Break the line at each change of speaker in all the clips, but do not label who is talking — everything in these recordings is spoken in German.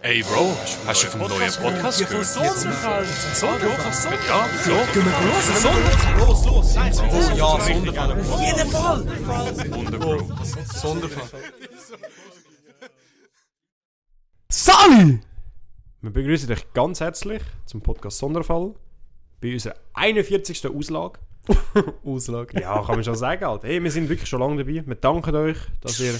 Ey Bro, hast du vom neuen Podcast gehört?
Sonderfall! Sonderfall!
Ja, klar.
Gehen wir los! Sonderfall! Los, los! Oh ja, Sonderfall! Auf jeden Fall!
Wunderbro.
Sonderfall!
Sali! Wir begrüßen dich ganz herzlich zum Podcast Sonderfall bei unserer 41. Auslage.
Auslage.
Ja, kann man schon sagen. Alter. Hey, wir sind wirklich schon lange dabei. Wir danken euch, dass ihr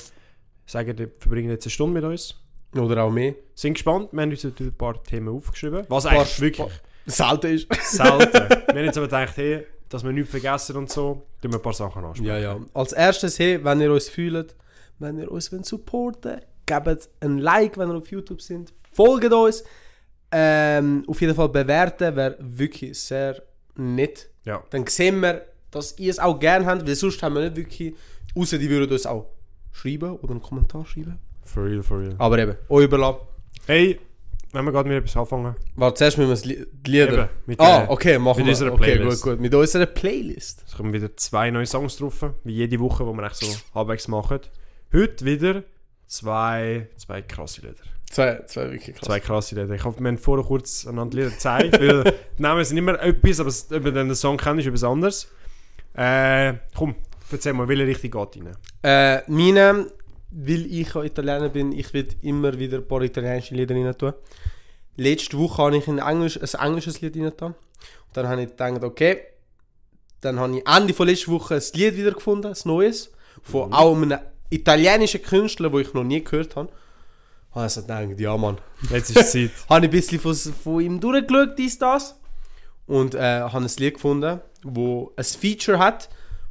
sagt, ihr verbringt jetzt eine Stunde mit uns.
Oder auch mehr.
Sind gespannt. Wir haben uns natürlich ein paar Themen aufgeschrieben. Was
Paar-
eigentlich wirklich
Selten ist.
selten. wir haben jetzt aber gedacht, hey, dass wir nichts vergessen und so, tun wir ein paar Sachen ansprechen.
Ja, ja. Als erstes, hey, wenn ihr uns fühlt, wenn ihr uns wollt supporten gebt ein Like, wenn ihr auf YouTube sind. Folgt uns. Ähm, auf jeden Fall bewerten wäre wirklich sehr nett.
Ja.
Dann sehen wir, dass ihr es auch gerne habt, weil sonst haben wir nicht wirklich. Außer die würden uns auch schreiben oder einen Kommentar schreiben.
For real, for real.
Aber eben, euch überlassen.
Hey, wenn wir gerade mit etwas anfangen.
Warte, zuerst müssen wir das Li- die Lieder.
Eben, mit
ah,
der-
okay, machen
mit
wir.
unserer
okay, gut,
Playlist.
gut. Mit unserer Playlist.
Es kommen wieder zwei neue Songs drauf, wie jede Woche, wo wir echt so halbwegs machen. Heute wieder zwei, zwei krasse Lieder.
Zwei, zwei wirklich krass.
Zwei krasse Lieder. Ich hoffe, wir haben vorher kurz einander die Lieder gezeigt, weil die Namen sind immer etwas, aber es- ob man den Song kennt, ist etwas anderes. Äh, komm, erzähl mal, welche richtig geht rein?
Äh, meine, weil ich ja Italiener bin, ich will immer wieder ein paar italienische Lieder rein tun. Letzte Woche habe ich ein, Englisch, ein englisches Lied rein getan. Und dann habe ich gedacht, okay, dann habe ich Ende von letzter Woche ein Lied wieder gefunden, ein neues, von auch einem italienischen Künstler, den ich noch nie gehört habe. Und dann habe ich gedacht, ja Mann,
Jetzt ist die Zeit.
habe ich ein bisschen von, von ihm durchgeschaut, dies, das. Und äh, habe ein Lied gefunden, wo ein Feature hat,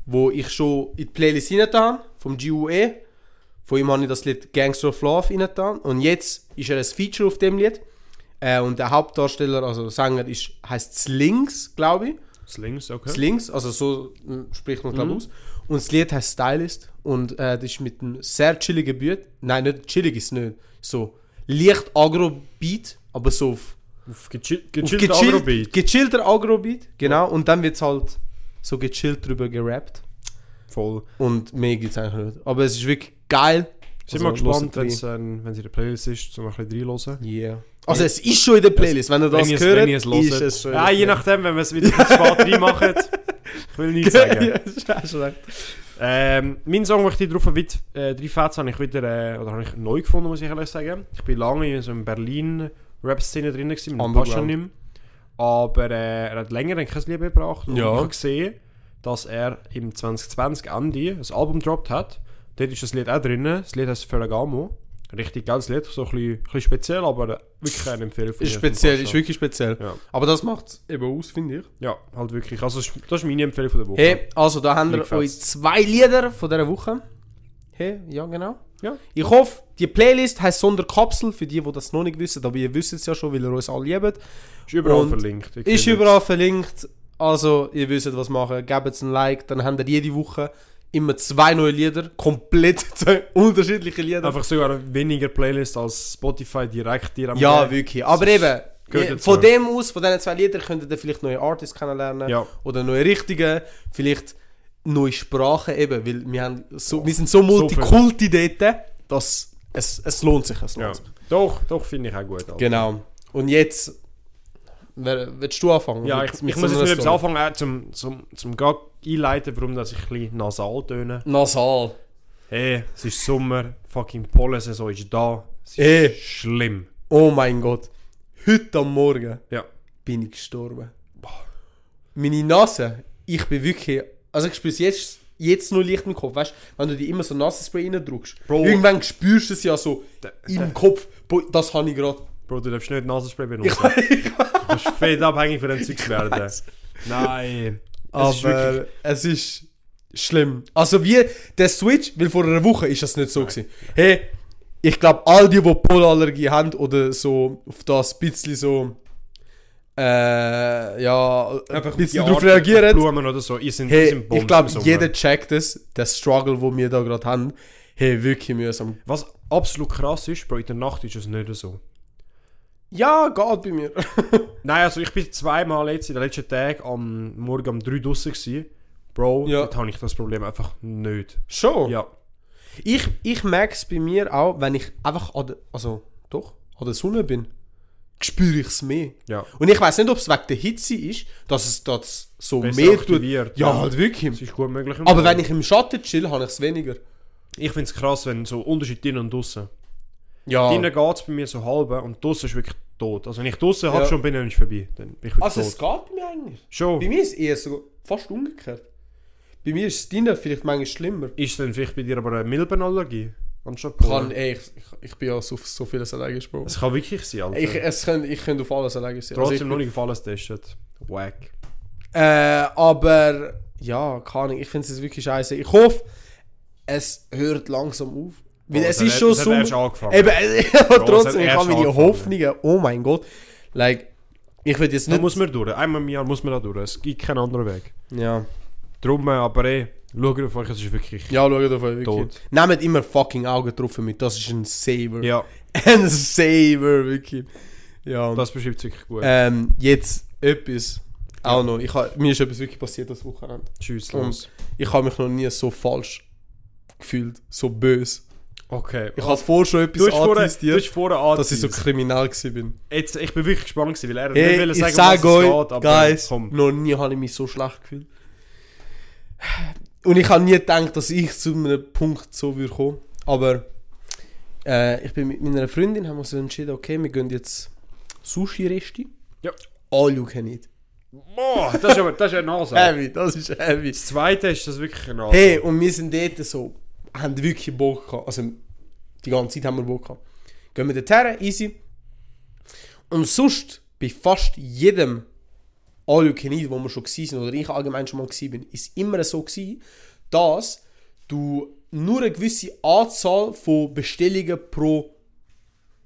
wo ich schon in die Playlist reingetan habe, vom GUE. Von ihm habe ich das Lied Gangster of Love reingetan. Und jetzt ist er ein Feature auf dem Lied. Äh, und der Hauptdarsteller, also Sänger, ist, heißt Slings, glaube ich.
Slings, okay.
Slings, also so mm, spricht man
Mhm.
glaube aus. Und das Lied heißt Stylist und äh, das ist mit einem sehr chilligen Beat. Nein, nicht chillig ist es nicht. So leicht Agro-Beat, aber so auf,
Auf gechill-
auf
gechillter
gechill-
Agrobeat.
gechillter Agro-Beat. Genau, und dann wird es halt so gechillt drüber gerappt.
Voll.
Und mehr gibt es eigentlich nicht. Aber es ist wirklich geil.
Sind wir
Also,
gespannt,
hört rein.
wenn es ähm, wenn's in der Playlist ist, um ein bisschen reinzuhören.
Yeah. Also es ist schon in der Playlist, wenn ihr das
wenn
hört,
ihr es, wenn ihr es hört.
ist es schon in der
ja, je
Playlist.
nachdem, wenn wir es wieder zu spät reinmachen. Ich will nichts sagen.
ja, das hast du recht.
ähm, mein Song, den ich hier drauf habe, äh, «Drei Fats», habe ich wieder, äh, oder habe ich neu gefunden, muss ich ehrlich sagen. Ich bin lange in so einer Berlin-Rap-Szene drin, gewesen, mit dem
Underground.
passt schon nicht mehr. Aber äh, er hat länger ein Lied gebracht und
Ja.
ich habe gesehen, dass er im 2020 Ende ein Album gedroppt hat. Dort ist das Lied auch drin, das Lied heißt «Ferragamo». Richtig geiles Lied, so ein bisschen, ein bisschen speziell, aber wirklich eine Empfehlung von
Ist
mir.
speziell, ist wirklich speziell.
Ja.
Aber das macht es eben aus, finde ich.
Ja, halt wirklich. Also, das ist- das ist meine Empfehlung von der Woche.
Hey, also da haben
Mir
wir
gefällt's.
euch zwei Lieder von dieser Woche. Hey, ja genau.
Ja.
Ich hoffe, die Playlist heißt Sonderkapsel, für die, die das noch nicht wissen, aber ihr wisst es ja schon, weil ihr uns alle liebt.
Ist überall
und
verlinkt. Ich
Ist
finde-
überall verlinkt, also ihr wisst, was machen. Gebt ein Like, dann habt ihr jede Woche immer zwei neue Lieder, komplett zwei unterschiedliche Lieder.
Einfach sogar weniger Playlists als Spotify direkt dir am
ja,
Tag.
wirklich. Aber
Das
eben,
gehört
je-
dazu.
von dem aus, von diesen zwei Liedern, könnt ihr vielleicht neue Artists kennenlernen.
Ja.
oder neue Richtungen, vielleicht neue Sprachen eben, weil wir, haben so, wir sind so multikulti dort, dass es, es lohnt sich, es lohnt
ja.
sich.
Doch, doch, finde ich auch gut. Alter.
Genau. Und jetzt, wer, willst du anfangen?
Ja, ich, ich muss
so
jetzt mit
einer
etwas
Story?
anfangen, äh, zum, zum, zum grad einleiten, warum dass ich ein bisschen nasal töne.
Nasal.
Hey, es ist Sommer, fucking Pollensaison ist da. Es ist
Hey.
schlimm.
Eh, Oh mein Gott. Heute am Morgen
Ja.
bin ich gestorben. Meine Nase, ich bin wirklich, also ich spüre es jetzt, jetzt nur leicht im Kopf, weißt du, wenn du dir immer so Nasenspray reindrückst,
Bro.
irgendwann spürst du es ja so im Kopf, Boah, das habe ich gerade
Bro, du darfst nicht Nasenspray benutzen. du kannst fett abhängig von dem Zeug werden.
weiß.
Nein. Es ist wirklich-
Aber es ist schlimm. Also wie der Switch, weil vor einer Woche ist das nicht so gewesen. Hey, ich glaube, all die, die Pollenallergie haben oder so auf das ein bisschen so äh, ja,
einfach
ein bisschen darauf reagieren.
Blumen oder so. Ihr sind, ihr
Hey,
sind Bombs
ich glaube,
im Sommer.
jeder checkt es, der Struggle, wo wir da gerade haben. Hey, wirklich mühsam.
Was absolut krass ist, Bro, in der Nacht ist es nicht so.
Ja, geht bei mir.
Nein, also ich bin zweimal jetzt in den letzten Tagen am Morgen um 3 draussen gewesen. Bro,
Ja.
dort habe ich das Problem einfach nicht.
Schon?
Ja.
Ich, ich merke es bei mir auch, wenn ich einfach an der, also doch, an der Sonne bin, spüre ich es mehr.
Ja.
Und ich weiß nicht, ob es wegen der Hitze ist, dass es das so
Besser
mehr
aktiviert,
tut. Ja,
ja.
halt
Es
wirklich.
ist gut möglich. im
Aber
Fall.
wenn ich im Schatten chill, habe ich es weniger.
Ich finde es krass, wenn so Unterschied drinnen und draußen.
Ja.
Drinnen geht es bei mir so halb und draußen ist wirklich tot. Also wenn ich draußen halb
Ja.
schon bin, dann ist es vorbei. Dann bin ich wirklich
Also es
tot.
geht bei mir eigentlich. Bei
Schon.
mir ist es eher so fast umgekehrt. Bei mir ist es drinnen vielleicht manchmal schlimmer.
Ist dann vielleicht bei dir aber eine Milbenallergie? Anstatt
Kann,
Pollen?
ey, ich, ich, ich bin ja auf so, so vieles allergisch, Bro.
Es kann wirklich sein, Alter.
Ich, es könnte, ich könnte auf alles allergisch sein. Also ich
Trotzdem noch nicht auf alles testet. Wack.
Äh, aber ja, keine Ahnung, ich finde es wirklich scheiße. Ich hoffe, es hört langsam auf. Weil
Oh,
es
das
ist
hat-
schon
das hat
so.
erst angefangen.
Eben, äh, aber
hat
trotzdem, ich
erst
habe meine
angefangen.
Hoffnungen. Oh mein Gott. Like, ich würde jetzt
Da
nicht.
muss man durch. Einmal im Jahr muss man da durch. Es gibt keinen anderen Weg.
Ja.
Drum, äh, aber eh, schaut auf euch, es ist wirklich...
Ja, schaut auf euch wirklich.
Tot.
Nehmt immer fucking Augen drauf mit. Das ist ein Saver.
Ja,
Ein Saver, wirklich. Ja.
das beschreibt es wirklich gut.
Ähm, jetzt etwas. Auch noch. Ich ha, mir ist etwas wirklich passiert das Wochenende.
Tschüss,
und-
los.
Ich habe mich noch nie so falsch gefühlt. So böse.
Okay.
Ich habe vorher schon
Du
etwas
hast vorher, du hast
attestiert,
vorher
dass ich so kriminell war.
Jetzt, ich bin wirklich gespannt gewesen, weil er hat nicht
Hey,
wollte
ich
sagen,
sage
um was es
euch,
geht, aber
Guys,
komm.
noch nie habe ich mich so schlecht gefühlt. Und ich habe nie gedacht, dass ich zu einem Punkt so würde kommen. Aber äh, ich bin mit meiner Freundin, haben wir uns entschieden, okay, wir gehen jetzt Sushi-Resti. Oh,
Ja.
All you can eat.
Boah, das ist aber das ist eine Nase.
Heavy, das ist heavy.
das zweite ist das wirklich eine Nase.
Hey, und wir sind dort so, haben wirklich Bock gehabt. Also, die ganze Zeit haben wir Bock gehabt. Gehen wir dorthin, easy. Und sonst, bei fast jedem all you can eat, wo wir schon waren, oder ich allgemein schon mal war, ist immer so gewesen, dass du nur eine gewisse Anzahl von Bestellungen pro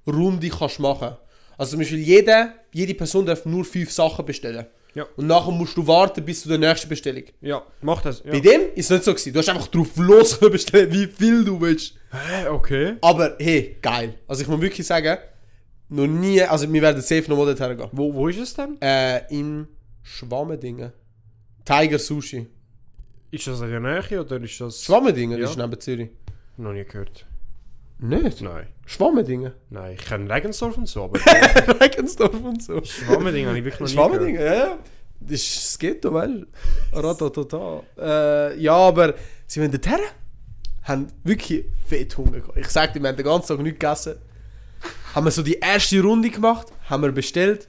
Runde kannst machen. Also zum Beispiel jede, jede Person darf nur fünf Sachen bestellen.
Ja.
Und nachher musst du warten bis zu der nächsten Bestellung.
Ja, mach das. Ja.
Bei dem ist es nicht so gewesen. Du hast einfach drauf losbestellen, wie viel du willst.
Hä, okay.
Aber hey, geil. Also ich muss wirklich sagen, noch nie, also wir werden safe nochmal dorthin gehen.
Wo, wo ist es denn?
Äh, in Schwammendingen. Tiger Sushi.
Ist das in der Nähe oder ist das...
Schwammendingen,
Ja.
das ist neben Zürich.
Noch nie gehört.
Nicht?
Nein.
Schwammendingen.
Nein, ich kenne Regensdorf und so, aber...
Reckensdorf und so.
Schwammending habe ich wirklich noch nie gehört.
Schwammendingen, ja, ja. Das ist das Ghetto, weißt du? Ratatata. Äh, ja, aber sie wollen dorthin, haben wirklich fett Hunger gehabt. Ich sagte, wir haben den ganzen Tag nichts gegessen. Haben wir so die erste Runde gemacht, haben wir bestellt.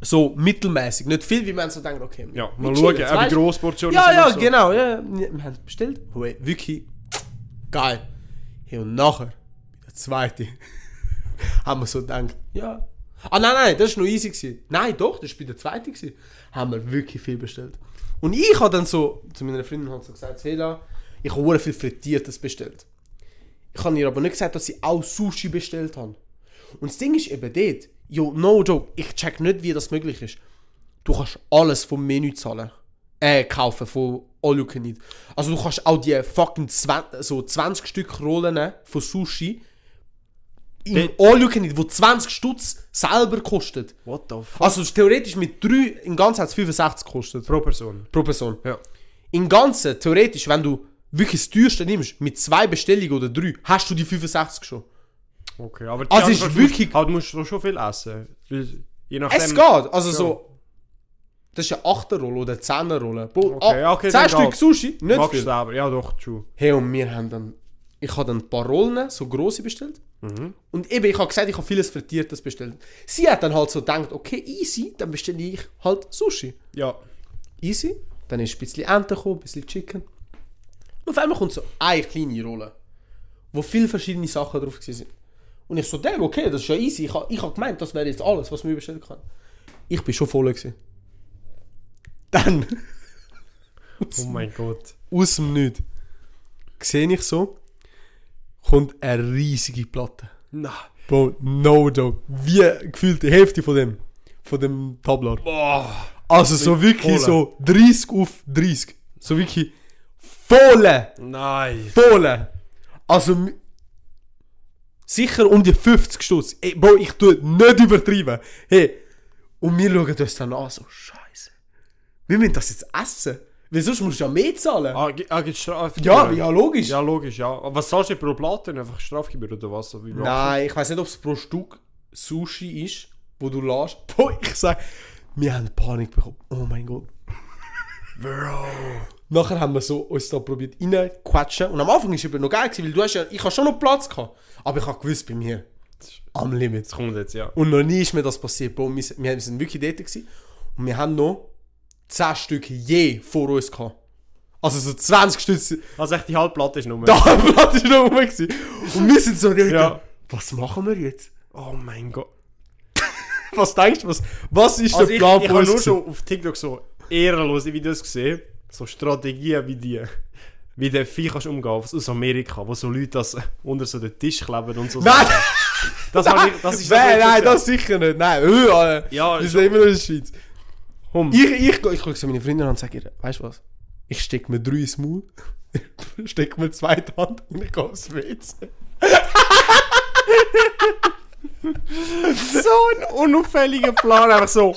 So mittelmäßig, nicht viel, wie man so denkt, okay. wir-
Ja,
wir
mal
chillen
schauen,
jetzt,
ob
weißt
die
du?
Grossportionen
Ja,
sind
ja,
und so.
genau. Ja, ja. wir haben bestellt. Hui, wirklich geil. Hey, und nachher, der zweite, haben wir so gedacht, ja. Ah nein, nein, das war noch easy. Gewesen. Nein, doch, das war bei der zweiten. Gewesen. Haben wir wirklich viel bestellt. Und ich habe dann so zu meiner Freundin halt so gesagt, Hela, ich habe hure viel Frittiertes bestellt. Ich habe ihr aber nicht gesagt, dass ich auch Sushi bestellt habe. Und das Ding ist eben dort, yo, no joke, ich check nicht, wie das möglich ist. Du kannst alles vom Menü zahlen. Äh, kaufen von All You Can Eat. Also du kannst auch die fucking 20, so 20 Stück Rollen von Sushi im
Dort-
All You Can Eat, wo 20 Stutz selber kostet.
What the fuck?
Also es ist theoretisch mit 3, im Ganzen hat es 65 gekostet. Pro,
Pro Person.
pro Person.
Ja.
Im Ganzen, theoretisch, wenn du wirklich das teuerste nimmst, mit zwei Bestellungen oder drei, hast du die 65 schon.
Okay, aber... die
Also ist
anderen-
wirklich-
Halt, musst du schon viel essen. Weil Je nachdem...
Es geht, also
Ja.
so. Das ist eine 8er-Rolle oder eine 10er-Rolle.
Okay, ja, okay,
10
dann
Stück
geht.
Sushi, nicht
Magst du
viel.
es aber? Ja, doch, true.
Hey, und wir haben dann... Ich habe dann ein paar Rollen, so grosse bestellt.
Mhm.
Und eben, ich habe gesagt, ich habe vieles Frittiertes bestellt. Sie hat dann halt so gedacht, okay, easy, dann bestelle ich halt Sushi.
Ja.
Easy. Dann ist ein bisschen Ente gekommen, ein bisschen Chicken. Und auf einmal kommt so eine kleine Rolle, wo viele verschiedene Sachen drauf waren. Und ich so, damn, okay, das ist ja easy. Ich habe ich hab gemeint, das wäre jetzt alles, was man bestellen kann. Ich bin schon voll. Gewesen. Dann,
Oh mein Gott.
aus dem Nichts, sehe ich so, kommt eine riesige Platte.
Nein.
Bro, no joke. Wie gefühlt die Hälfte von dem, von dem Tablar.
Boah.
Also so wirklich
Volle.
so 30 auf 30. So wirklich volle,
Nein.
volle. Also m- sicher um die 50 Stutz. Ey, Bro, ich tue nicht übertreiben. Hey, und wir schauen das dann an, so scheiße. Wir müssen das jetzt essen. Weil sonst musst du ja mehr zahlen.
Ah, gi- ah gibt Strafe?
ja, ja, logisch.
Ja, logisch, ja. Aber Was zahlst du pro Platte? Einfach Strafgebühr oder was? Wie
Nein, ich weiß nicht, ob es pro Stück Sushi ist, wo du lässt. Boah, ich sag, wir haben Panik bekommen. Oh mein Gott. Bro. Nachher haben wir so uns da probiert reinquetschen. Und am Anfang war es eben noch geil, gewesen, weil du hast ja, ich habe schon noch Platz gehabt. Aber ich habe gewusst, bei mir, am Limit.
Kommt jetzt, ja.
Und noch nie ist mir das passiert, Bro. Wir, sind- wir sind wirklich dort gewesen. und wir haben noch 10 Stück je vor uns gehabt. Also so 20 Stück.
Also echt die Halbplatte ist nur...
Da Blatt ist noch rum. gewesen. Und wir sind so dort.
Ja.
Was machen wir jetzt?
Oh mein Gott.
Was denkst du, was, was ist
Also ich,
der
ich
Plan
habe
von uns
nur
gewesen?
schon auf TikTok so ehrenlose Videos gesehen. So Strategien wie die. Wie der Vieh kannst umgehen aus aus Amerika, wo so Leute das unter so den Tisch kleben und so.
Nein,
Das, hab ich, das ist
nein, nein,
was
das sicher nicht. Nein, Hö, Alter.
Ja,
wir
schon.
sind immer noch in der Schweiz.
Hum.
Ich, ich, ich, ich schaue so meine Freundin an und sage ihr, weißt du was? Ich stecke mir drei ins Maul, stecke mir zwei in die Hand und ich gehe aufs WC.
ich- So ein unauffälliger Plan, einfach so.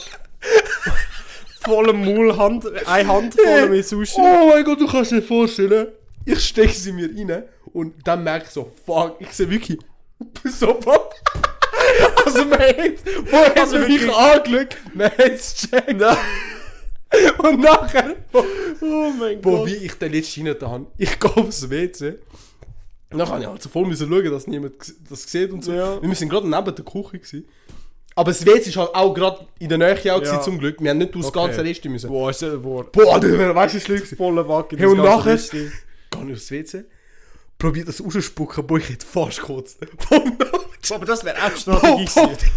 Volle Maulhand, eine Hand voll mit Sushi.
Oh mein Gott, du kannst dir vorstellen, ich stecke sie mir rein und dann merke ich so, fuck, ich sehe wirklich so Bob. Also man hat, woher hat
Also
man mich
wirklich-
angeschaut, man hat es gecheckt. Und nachher, boah,
Oh mein
boah, wie ich den letzten rein habe, ich gehe aufs WC. Und dann kann ich halt so voll müssen schauen, dass niemand g- das sieht und so.
Ja.
Wir sind gerade neben der Küche. Gewesen. Aber das WC war halt auch gerade in der Nähe auch gewesen,
Ja.
zum Glück. Wir haben nicht durchs
Okay.
ganze Reste müssen.
Boah, ist das Wort.
Boah, du weißt du, schlimm war.
Volle Backe.
Hey, und
das ganze
nachher-
Rüsti.
Gehe ich aufs WC, probiere das rausspucken, boah, ich hätte fast gekotzt. Von no,
Aber das wäre auch
Boah,
Strategie
boah.
gewesen.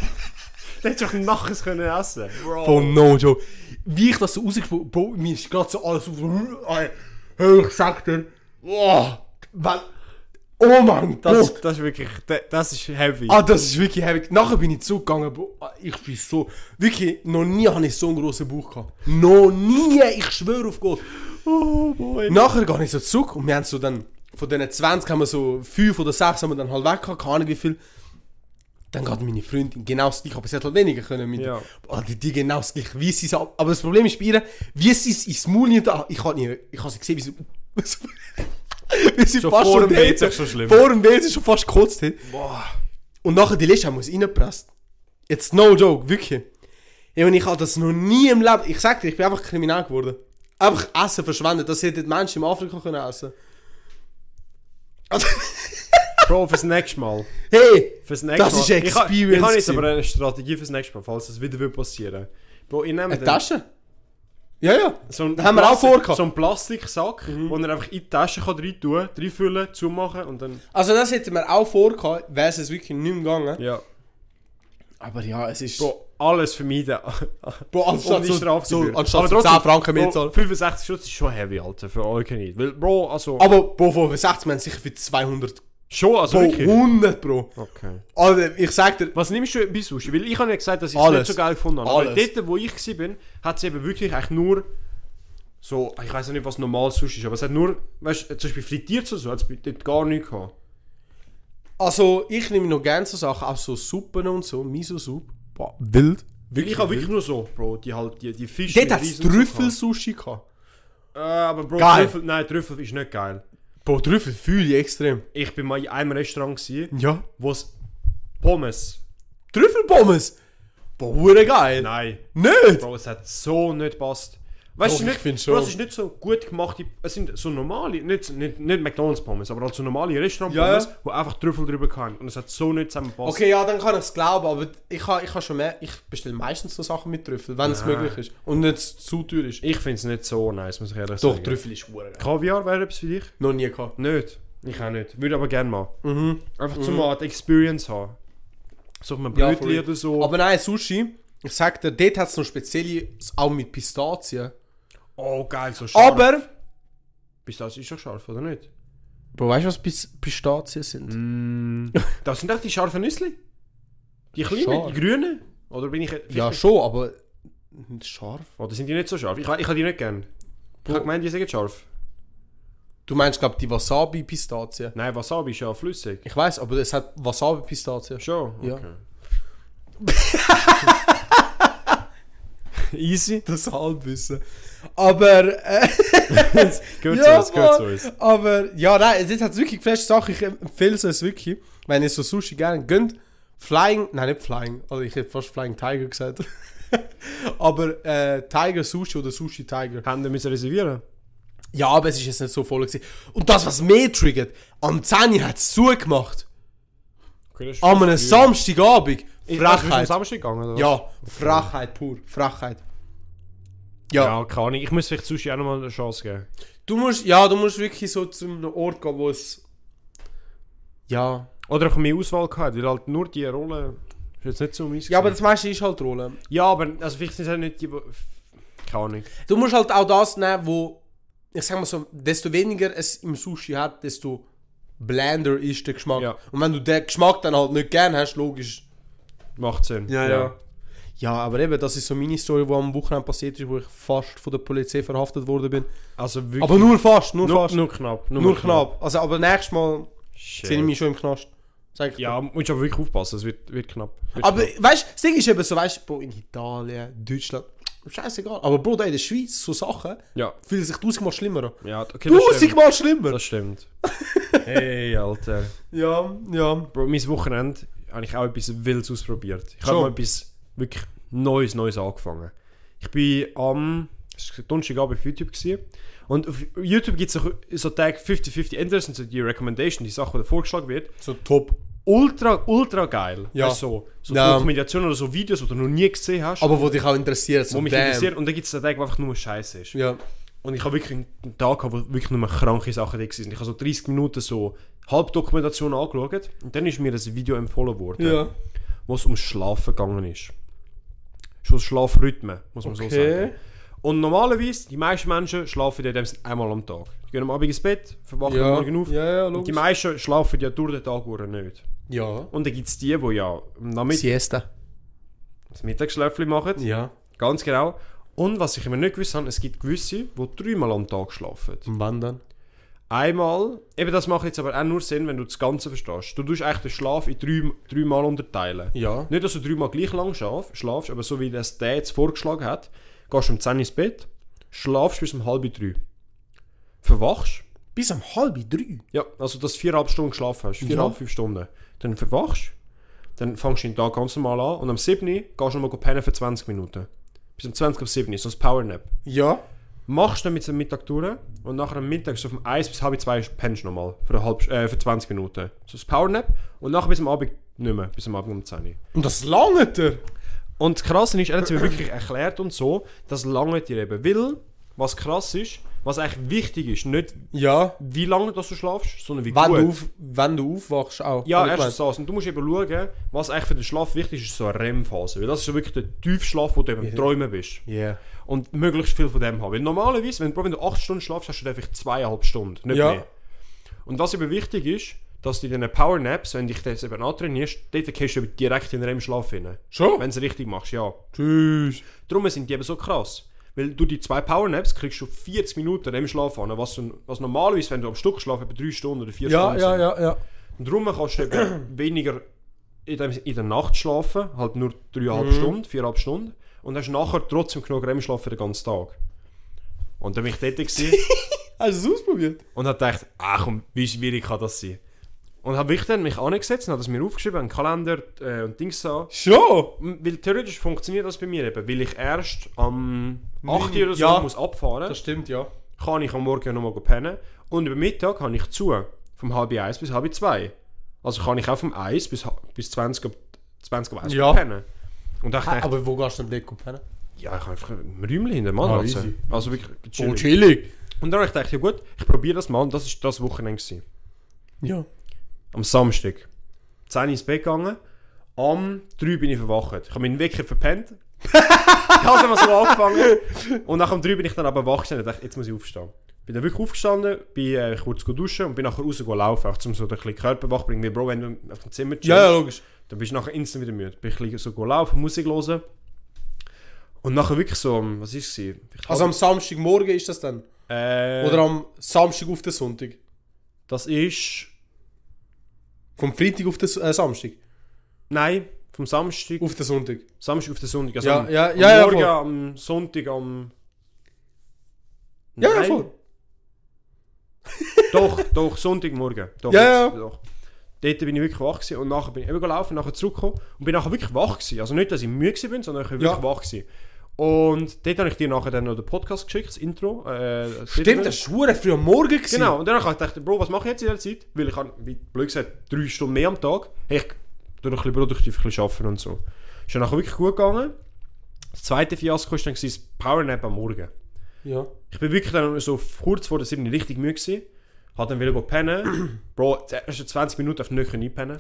Der hätte doch nachher es können essen Bro.
von no joke. Wie ich das so rausgespuckt boah, mir ist gerade so alles auf... Ey, Hey, ich sag dir, boah, weil... Oh mein
Das,
Gott!
das ist wirklich, da- das ist heavy.
Ah, das ist wirklich heavy. Nachher bin ich zugegangen, boah, ah, ich bin so... Wirklich, noch nie habe ich so einen grossen Bauch gehabt. Noch nie, ich schwöre auf Gott.
Oh boy.
Nachher gehe ich so zurück und wir haben so dann, von diesen 20 haben wir so 5 oder 6 haben wir dann halt weg gehabt, keine Ahnung wie viel. Dann geht meine Freundin genau das gleiche, aber sie hat halt weniger können mit.
Ja.
Boah, die, die genau das gleiche, wie sie es ab- Aber das Problem ist bei ihr, wie sie es ins Maul nicht an. Ich habe nie, ich habe sie gesehen, wie sie. wie sie
Schon
fast
vor
schon
dem
dort-
WC schon schlimm.
Vor dem WC schon fast gekotzt hat.
Boah.
Und nachher die letzte haben wir es reingepresst. Jetzt no joke, wirklich. Ja, und ich habe das noch nie im Leben. Ich sag dir, ich bin einfach kriminal geworden. Einfach Essen verschwendet. Das hätten die Menschen in Afrika können essen. Also,
Bro, fürs nächste Mal.
hey!
Fürs nächste
Das
Mal.
ist
Ich ha- Ich,
Experience
habe jetzt
gewesen.
aber eine Strategie fürs nächste Mal, falls das wieder wird passieren. Bro, ich nehme
Eine
den-
Tasche? Ja, ja.
So einen
Haben wir auch
Plastik-
vorgehabt.
So einen Plastiksack, wo er einfach in die Tasche kann rein tun, reinfüllen, zumachen und dann...
Also, das hätten wir auch vorgehabt, wäre es wirklich nicht mehr gegangen.
Ja.
Aber ja, es ist.
Bro, alles vermeiden.
Bro, anstatt so- so- anstatt so 10 Franken mehr zahlen.
65 Schutz ist schon heavy, Alter, für alle nicht. Weil, Bro, also...
Aber, Bro, von 60 Mann sicher für 200.
schon, also
Bro,
wirklich.
100, Bro.
Okay.
Alter, ich sag dir,
Was nimmst du bei Sushi? Weil ich habe ja gesagt, dass ich es
Alles.
nicht so geil gefunden habe. Aber
Alles.
dort, wo ich war, hat es eben wirklich eigentlich nur so, ich weiß nicht, was normal Sushi ist, aber es hat nur, weißt du, zum Beispiel frittiert oder so, hat es bei- dort gar nichts gehabt.
Also, ich nehme noch gerne so Sachen, auch so Suppen und so, Miso-Suppe. Boah, wild.
Wirklich, ich habe wirklich nur so, Bro, die halt, die, die Fische
Dort hat es
Reis und so
Trüffel-Sushi gehabt.
gehabt. Äh, aber Bro,
Geil.
Trüffel, nein, Trüffel ist nicht geil.
Boah, Trüffel fühle ich extrem.
Ich bin mal in einem Restaurant gewesen,
Ja.
wo es Pommes,
Trüffelpommes! Boah, hure geil.
nein,
Nicht!
Bro, es hat so nicht passt. Weißt
Doch,
du
ich
nicht,
find's
Bro,
schon.
es ist nicht so gut gemachte, es sind so normale, nicht, nicht, nicht McDonalds-Pommes, aber halt so normale
Ja,
Restaurant-Pommes,
ja.
wo einfach Trüffel drüber kamen und es hat so nicht zusammengepasst.
Okay, ja, dann kann ich es glauben, aber ich habe ich ha schon mehr. Ich bestelle meistens so Sachen mit Trüffel, wenn es
Nein.
möglich ist. Und nicht zu teuer ist.
Ich finde es nicht so nice, muss ich ehrlich
Doch,
sagen.
Trüffel ist hure geil.
Kaviar wäre etwas für dich?
Noch nie gehabt.
Nicht. Ich auch nicht. Würde aber gerne mal.
Mhm.
Einfach zum mal die Experience haben. So auf einem
Ja,
Brötchen
voll.
oder so.
Aber nein, Sushi, ich sag dir, dort hat es noch spezielle, auch mit Pistazien.
oh, geil, so scharf.
Aber.
Bis das ist schon scharf, oder nicht?
Bro, weißt du, was Pis- Pistazien sind?
Das sind echt die scharfen Nüsse. Die kleinen,
Scharf.
die grünen. Oder bin ich...
Ja, schon, aber. Scharf.
Oder sind die nicht so scharf? Ich, ich habe die nicht gern. Ich habe gemeint, die sind scharf.
Du meinst, glaube die Wasabi-Pistazie?
Nein, Wasabi ist ja flüssig.
Ich weiß, aber es hat Wasabi-Pistazie.
Schon? Okay.
Ja.
Easy.
Das Halbwissen. Aber, äh,
Gut
ja,
so, gut so
Mann.
ist.
aber, ja, nein, es hat wirklich geflasht Sachen. Ich empfehle es euch wirklich. Wenn ihr so Sushi gerne gönnt, Flying, nein, nicht Flying, also ich hätte fast Flying Tiger gesagt. aber äh, Tiger Sushi oder Sushi Tiger.
Haben wir müssen reservieren.
Ja, aber es ist jetzt nicht so voll gewesen. Und das, was mehr triggert, Anzani hat es zugemacht.
Okay, das ist
An einem
früh.
Samstagabend.
Ich- Ach, bist du am
Frechheit.
Samstag gegangen, oder?
Ja, Frechheit pur. Frechheit. Ja.
Ja, keine Ahnung. Ich muss vielleicht Sushi auch nochmal eine Chance geben.
Du musst, ja, du musst wirklich so zu einem Ort gehen, wo es. Ja.
Oder ich habe mehr Auswahl gehabt, weil halt nur die Rolle ist jetzt nicht so mies.
Ja, aber
gewesen.
das meiste ist halt Rolle.
ja, aber also vielleicht sind es auch nicht die, die... Keine Ahnung.
Du musst halt auch das nehmen, wo. Ich sag mal so, desto weniger es im Sushi hat, desto blender ist der Geschmack.
Ja.
Und wenn du den Geschmack dann halt nicht gern hast, logisch.
Macht Sinn.
Ja, aber eben, das ist so meine Story, die am Wochenende passiert ist, wo ich fast von der Polizei verhaftet worden bin.
Also wirklich...
Aber nur fast, nur,
nur,
fast.
nur knapp.
Nur, knapp. Also, aber nächstes Mal
Shit.
sind wir schon im Knast. Sag ich dir.
Ja, musst aber wirklich aufpassen, es wird, wird knapp. Wird
Aber
knapp.
weißt du, das Ding ist eben so, weißt du, Bro, in Italien, Deutschland, scheißegal. Aber Bro, da in der Schweiz, so Sachen
Ja.
fühlen sich tausendmal schlimmer an.
Ja, okay, das stimmt.
Tausendmal schlimmer!
Das stimmt. hey, Alter.
Ja, ja.
Bro, mein Wochenende habe ich auch etwas Wildes ausprobiert. Ich habe
Schon?
mal etwas wirklich Neues, Neues angefangen. Ich bin am es war Donnerstagabend auf YouTube gewesen. Und auf YouTube gibt es so, so Tag 50-50. Entweder sind so die Recommendation, die Sache, die dir vorgeschlagen wird.
So top. ultra.
Ultra, ultra geil.
Ja.
Weißt, du, so so
Ja.
Dokumentationen oder so Videos, die du noch nie gesehen hast.
Aber wo dich auch interessiert, so
wo mich
damn.
interessiert. Und dann gibt es einen Tag, wo einfach nur Scheiße ist.
Ja.
Und ich habe wirklich einen Tag gehabt, wo wirklich nur kranke Sachen da waren. Ich habe so 30 Minuten so Halbdokumentation angeschaut. Und dann ist mir das Video empfohlen worden
Ja.
wo es um Schlafen gegangen ist. Schon Schlafrhythmen, muss man so
Okay.
sagen. Und normalerweise, die meisten Menschen schlafen ja in dem Sinne einmal am Tag. Die gehen am Abend ins Bett, verwachen am
Ja,
Morgen auf.
ja, ja,
Und die
logisch.
meisten schlafen ja durch den Tag durch nicht.
Ja.
Und dann gibt es die, die ja am Nachmittag
Siesta.
das Mittagsschläfchen machen.
Ja.
Ganz genau. Und was ich immer nicht gewusst habe, es gibt gewisse, die dreimal am Tag schlafen.
Und wann dann?
Einmal, eben das macht jetzt aber auch nur Sinn, wenn du das Ganze verstehst. Du tust eigentlich den Schlaf in drei, drei Mal unterteilen.
Ja.
Nicht, dass du dreimal gleich lang schlaf, schlafst, aber so wie das der jetzt vorgeschlagen hat, gehst du um 10 Uhr ins Bett, schlafst bis um halb drei. Verwachst?
Bis um halb drei.
Ja, also dass du viereinhalb Stunden geschlafen hast. Viereinhalb, fünf Stunden. Dann verwachst, dann fängst du den Tag ganz normal an und am 7. Uhr gehst du nochmal pennen für 20 Minuten. Bis um 20 Uhr 7 Uhr, so ein Powernap.
Ja.
Machst dann mit dem Mittag durch und nachher am Mittag so vom 1 bis halb 2 pennst du nochmal für, eine halbe- äh, für 20 Minuten. So ein Powernap und nachher bis am Abend nicht mehr, bis am Abend um 10 Uhr.
Und das lange der.
Und das Krasse ist, er hat es mir wirklich erklärt und so, das lange dir eben. Weil, was krass ist, was eigentlich wichtig ist, nicht
Ja.
wie lange dass du schlafst, sondern wie
Wenn
gut.
du, auf, wenn du aufwachst auch.
ja,
Hab Also ich
erstens
gemeint.
das. Und du musst eben schauen, was eigentlich für den Schlaf wichtig ist, ist so eine REM-Phase. Weil das ist so wirklich der Tiefschlaf, wo du eben im Träumen bist.
Yeah.
Und möglichst viel von dem haben. Weil normalerweise, wenn, du- wenn du 8 Stunden schlafst, hast du dann vielleicht 2,5 Stunden, nicht
Ja.
mehr. Und was eben wichtig ist, dass du in diesen Powernaps, wenn dich das eben antrainierst, dort gehst du eben direkt in den REM-Schlaf hinein.
Schon?
Wenn du es richtig machst, ja.
Tschüss.
Darum sind die eben so krass. Weil du die zwei Powernaps kriegst du 40 Minuten im Schlaf an, was, du- was normalerweise, wenn du am Stück schlafst, etwa 3 Stunden oder 4
Ja,
Stunden
ja,
sind.
ja, ja.
Und darum kannst du eben weniger in, dem, in der Nacht schlafen, halt nur 3,5 Stunden, 4,5 Stunden. Und hast nachher trotzdem genug REM-Schlaf für den ganzen Tag. Und dann bin ich dort gewesen
Hast du es ausprobiert?
und habe gedacht, ach komm, wie schwierig kann das sein? Und habe ich dann mich angesetzt und habe das mir aufgeschrieben, einen Kalender äh, und Dings so.
Schon?
Weil theoretisch funktioniert das bei mir eben, weil ich erst am 8 Uhr oder so
Ja.
muss abfahren
Das stimmt, ja.
kann ich am Morgen nochmal pennen. Und über Mittag habe ich zu. Vom halb eins bis halb zwei. Also kann ich auch vom 1 bis, ha- bis 20 ab 20 Uhr
Ja.
pennen. Und ich dachte,
Aber wo gehst du denn dort pennen?
ja, ich habe einfach ein Räumchen hinter Mann.
Ah,
also.
easy.
also wirklich
Oh,
chillig.
chillig.
Und dann habe ich gedacht, ja gut, ich probiere das mal. Und das war das Wochenende. Gewesen.
Ja.
Am Samstag. 10 Uhr ins Bett gegangen. Am 3 Uhr bin ich verwacht. Ich habe meinen Wecker verpennt. ich habe dann mal so angefangen. Und nach um 3 Uhr bin ich dann aber wach gestanden und dachte, jetzt muss ich aufstehen. Bin dann wirklich aufgestanden, bin äh, kurz duschen und bin nachher raus laufen, auch um so ein bisschen Körper wach zu bringen. Weil, Bro, wenn du auf dem Zimmer chillst,
Ja, ja, logisch.
dann bist du nachher instant wieder müde. Bin ich ein bisschen so laufen, Musik hören. Und nachher wirklich so, um, was war es? gewesen? Vielleicht
Also am
halb-
Samstagmorgen ist das dann?
äh,
Oder am Samstag auf den Sonntag?
das ist...
Vom Freitag auf den S- äh, Samstag?
Nein, vom Samstag...
Auf den Sonntag.
Samstag auf den Sonntag. Also
Ja,
am,
ja,
am
ja, ja,
Morgen,
voll.
am Sonntag, am.
Ja, ja,
Nein.
voll.
Doch, doch, Sonntagmorgen. Doch,
Ja, ja.
Doch. Dort bin ich wirklich wach gewesen und nachher bin ich eben gelaufen, nachher zurückgekommen und bin nachher wirklich wach gewesen. Also nicht, dass ich müde gewesen bin, sondern ich bin
Ja.
wirklich wach gewesen. Und dort habe ich dir nachher dann noch den Podcast geschickt, das Intro. Äh, das Intro.
Stimmt, das war verdammt früh am Morgen. Gewesen.
Genau, und dann habe ich gedacht, Bro, was mache ich jetzt in der Zeit? Weil ich habe, wie blöd gesagt, drei Stunden mehr am Tag. Hey, ich tue noch ein bisschen produktiv ein bisschen arbeiten und so. Ist dann nachher wirklich gut gegangen. Das zweite Fiasko war dann gewesen, das Powernap am Morgen.
Ja.
Ich bin wirklich dann so kurz vor der 7 richtig müde gewesen. Hat dann wieder go pennen. Bro, die ersten 20 Minuten auf nicht einpennen.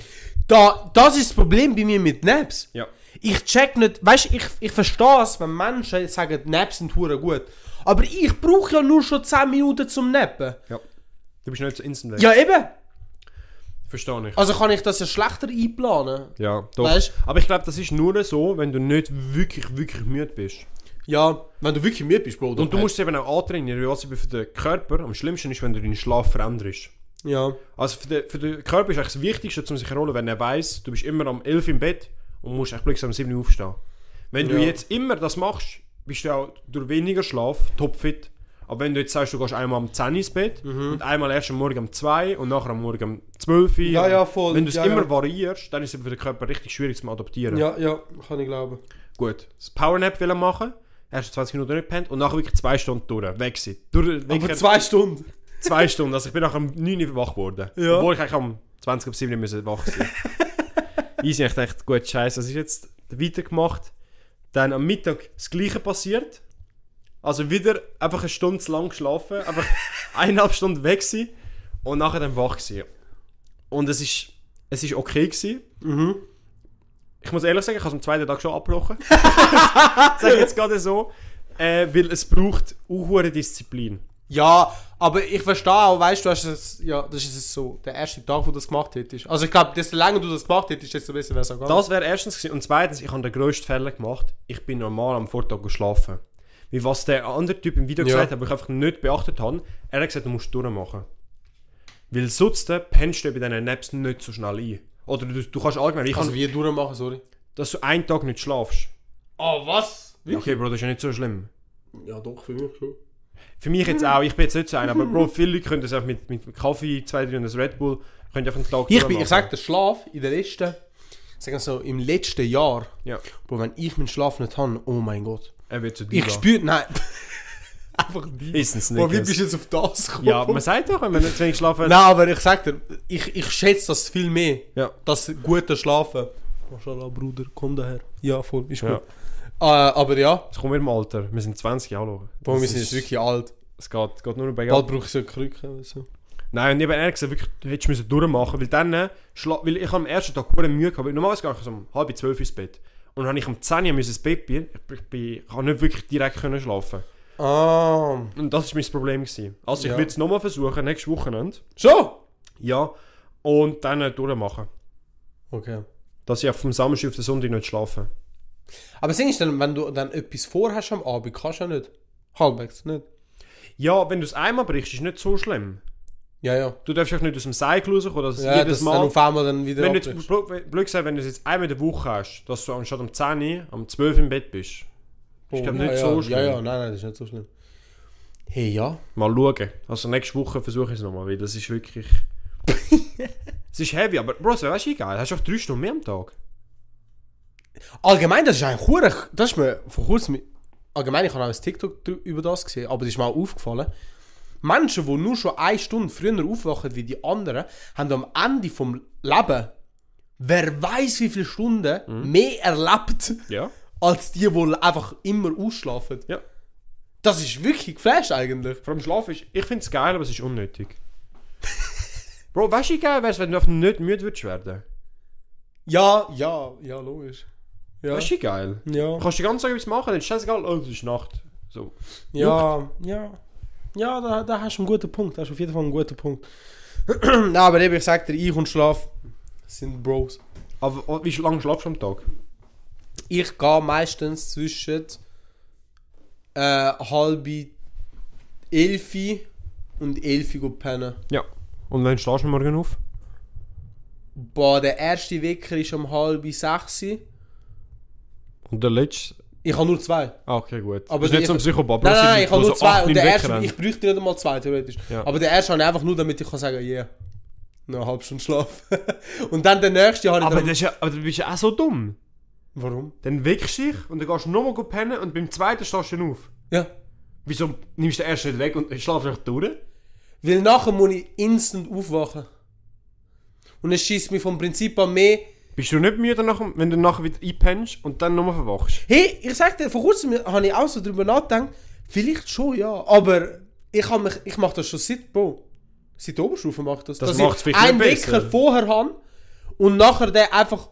Da, das ist das Problem bei mir mit Naps.
Ja.
Ich check nicht, weißt du, ich, ich verstehe es, wenn Menschen sagen, Naps sind hure gut. Aber ich brauche ja nur schon 10 Minuten zum Nappen.
Ja. Du bist nicht so instant weg.
Ja, eben.
Verstehe ich.
Also kann ich das ja schlechter einplanen.
Ja, doch.
Weißt-
Aber ich glaube, das ist nur so, wenn du nicht wirklich, wirklich müde bist.
Ja, wenn du wirklich müde bist, Bro.
Und du musst es eben auch antrainieren, weil was eben für den Körper am schlimmsten ist, wenn du deinen Schlaf veränderst.
Ja.
Also für den, für den Körper ist eigentlich das Wichtigste, um sich zu erholen, wenn er weiß, du bist immer am 11 im Bett und musst eigentlich plötzlich am 7 Uhr aufstehen. Wenn du
Ja.
jetzt immer das machst, bist du auch durch weniger Schlaf topfit. Aber wenn du jetzt sagst, du gehst einmal am 10 Uhr ins Bett
Mhm.
und einmal erst am Morgen um 2 und nachher am Morgen um 12 Uhr.
Ja, ja, voll.
Wenn du es
Ja,
immer
ja.
variierst, dann ist es für den Körper richtig schwierig zu adaptieren.
Ja, ja, kann ich glauben.
Gut, das Powernap will er machen, erst 20 Minuten nicht pennt und nachher wirklich 2 Stunden durch, weg sein. Durch,
Aber
wirklich-
zwei Stunden.
zwei Stunden. Also ich bin nachher um 9 Uhr wach geworden.
Ja.
Obwohl ich eigentlich um am 20 ab 7 Uhr müssen wach sein Easy, ich dachte, gut, scheiße, das ist jetzt weitergemacht. Dann am Mittag das Gleiche passiert. Also wieder einfach eine Stunde zu lang geschlafen, einfach eineinhalb Stunden weg sein und nachher dann wach sein. Und es ist, es ist okay gewesen. Ich muss ehrlich sagen, ich habe es am zweiten Tag schon abgebrochen. Sag ich jetzt gerade so. Äh, weil es braucht auch hohe Disziplin.
Ja, aber ich verstehe auch, weißt du, hast es, ja, das ist es so, der erste Tag, wo du das gemacht hättest. Also ich glaube, desto länger du das gemacht hättest, desto besser wäre es auch gegangen.
Das wäre erstens gewesen. Und zweitens, ich habe den grössten Fehler gemacht. Ich bin normal am Vortag geschlafen. Wie was der andere Typ im Video
Ja.
gesagt hat, was ich einfach nicht beachtet habe. Er hat gesagt, du musst durchmachen. Weil sonst äh, pennst du bei diesen Naps nicht so schnell ein. Oder du, du kannst allgemein, ich
also
kann,
wie durchmachen, sorry.
dass du einen Tag nicht schlafst.
Ah, was?
Ja, okay, Bro, das ist ja nicht so schlimm.
Ja, doch, für mich schon.
Für mich
Mhm.
jetzt auch, ich bin jetzt nicht so einer, aber Bro, viele Leute können das auch mit, mit Kaffee, zwei, drei und ein Red Bull, können einfach einen Tag
Ich, bin, ich
durchmachen.
sag, der Schlaf in der letzten, sagen wir so, im letzten Jahr,
Ja,
wo wenn ich meinen Schlaf nicht habe, oh mein Gott.
er wird zu dir.
Ich spüre, nein. Einfach die.
Ist es nicht.
Boah, wie
Chris?
bist du jetzt auf das gekommen?
ja, man sagt doch, wenn man nicht zu wenig schlafen
nein, aber ich sag dir, ich, ich schätze das viel mehr.
Ja.
Das gute Schlafen. Maschallah, Bruder, komm daher. Ja, voll, ist
Ja.
gut. Äh, aber ja,
Es kommt mit dem Alter. Wir sind 20 Jahre alt.
Boah, wir
Das
sind
ist-
jetzt wirklich alt.
Es geht, geht nur noch bergab.
Bald brauche ich so Krücken. Also.
Nein, und ich habe ehrlich gesagt, wirklich, du hättest müssen durchmachen müssen. Weil dann, äh, schla weil ich habe am ersten Tag hohe Mühe gehabt. weil Normalerweise gehe ich so um halb zwölf ins Bett. Und dann habe ich um 10 Uhr müssen ins Bett gehen. Ich, ich, bin- ich habe nicht wirklich direkt können schlafen.
Ah.
Und das war mein Problem. Gewesen. Also
Ja.
ich würde es nochmal versuchen, nächstes Wochenende.
Schon?
Ja. Und dann äh, durchmachen.
Okay.
Dass ich auf dem Samstag auf den Sonntag nicht schlafe.
Aber das Ding ist dann, wenn du dann etwas vorhast am Abend, kannst du ja nicht. Halbwegs, nicht?
Ja, wenn du es einmal brichst, ist nicht so schlimm.
Ja, ja.
Du darfst auch nicht aus dem Cycle rauskommen, dass
Ja,
jedes
das dann
Mal...
auf einmal dann wieder
Wenn du jetzt,
abbrichst.
blöd blöd gesagt, wenn du es jetzt einmal in der Woche hast, dass du anstatt um 10 Uhr, am 12 Uhr im Bett bist,
Oh,
glaub,
ja,
nicht
ja.
so
Ja,
schlimm.
ja, nein, nein, das ist nicht so schlimm. Hey, ja.
mal schauen. Also nächste Woche versuche ich es nochmal, weil das ist wirklich... es ist heavy, aber Bro, weißt du, egal, hast du auch 3 Stunden mehr am Tag.
Allgemein, das ist ein Hure. Das ist mir vor kurzem. Allgemein, ich habe auch ein TikTok drü- über das gesehen, aber das ist mir auch aufgefallen. Menschen, die nur schon eine Stunde früher aufwachen wie die anderen, haben am Ende vom Leben, wer weiß wie viele Stunden, mehr erlebt,
Mhm. Ja.
als die, die einfach immer ausschlafen.
Ja.
Das ist wirklich geflasht eigentlich.
Vor allem Schlaf ist... Ich finde es geil, aber es ist unnötig. Bro, weißt du, egal wär's, wenn du einfach nicht müde würdest werden.
Ja, ja, ja, logisch. Ja,
Weißt du, geil.
ja,
Du kannst den ganzen Tag etwas machen, dann ist scheißegal, oh, es ist Nacht. So.
ja, ja. Ja, da, da hast du einen guten Punkt. Da hast du auf jeden Fall einen guten Punkt. Nein, aber eben, ich sag dir, ich und Schlaf sind Bros.
Aber oh, wie lange schlafst du am Tag?
Ich gehe meistens zwischen äh, halb elfi und elfi gut pennen.
Ja. Und wann stehst du morgen auf?
Boah, der erste Wecker ist um halb sechs.
Und der letzte...
Ich habe nur zwei.
Ah, okay, gut.
Aber
Aber ist nicht
ich-
so ein Psychopath.
Nein,
Bro,
nein,
es sind Leute,
nein, ich habe
die
nur
so
zwei.
acht
Und der
Minuten
erste,
rennen.
ich bräuchte nicht einmal zwei, theoretisch.
Ja.
Aber der erste habe ich einfach nur, damit ich kann sagen, yeah. noch eine halbe Stunde Schlaf. und dann der nächste habe ich
Aber,
dann...
das ist ja, aber du bist ja auch so dumm.
Warum?
Dann wickst du dich und dann gehst du nochmal gut pennen und beim zweiten stehst du dann auf.
Ja.
Wieso nimmst du den ersten nicht weg und schlafst einfach durch?
Weil nachher muss ich instant aufwachen. Und es schießt mich vom Prinzip an mehr...
Bist du nicht müde, nach, dem- wenn du nachher wieder einpennst und dann nochmal verwachst?
Hey, ich sag dir, vor kurzem habe ich auch so drüber nachgedacht, vielleicht schon, ja. Aber ich, hab mich, ich mache das schon seit, Bro, seit der Oberstufe mache ich das.
Das
dass
macht's
ich
vielleicht
einen
nicht besser.
Wecker vorher habe und nachher den einfach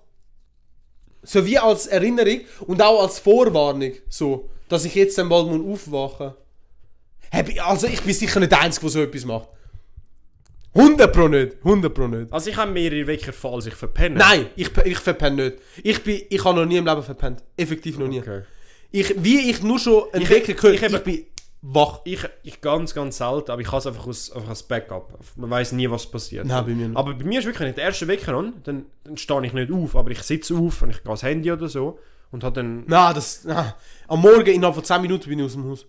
so wie als Erinnerung und auch als Vorwarnung, so, dass ich jetzt einmal muss aufwachen muss. Also ich bin sicher nicht der Einzige, der so etwas macht. 100 pro nicht, 100 pro nicht.
Also ich habe mehrere Wecker falls ich verpenne.
Nein, ich, ich verpenne nicht. Ich, bin, ich habe noch nie im Leben verpennt. Effektiv noch nie.
Okay.
Ich, wie ich nur schon einen
Ich-
Wecker gehört,
ich
ich,
eben-
bin wach.
Ich, ich ganz, ganz selten, aber ich habe es einfach aus, einfach als Backup. Man weiß nie, was passiert.
Nein, bei mir nicht.
Aber bei mir ist wirklich, wenn ich den ersten Wecker habe, dann, dann stehe ich nicht auf, aber ich sitze auf und ich gehe ans Handy oder so und habe dann...
Nein, das, nein. Am Morgen innerhalb von 10 Minuten bin ich aus dem Haus.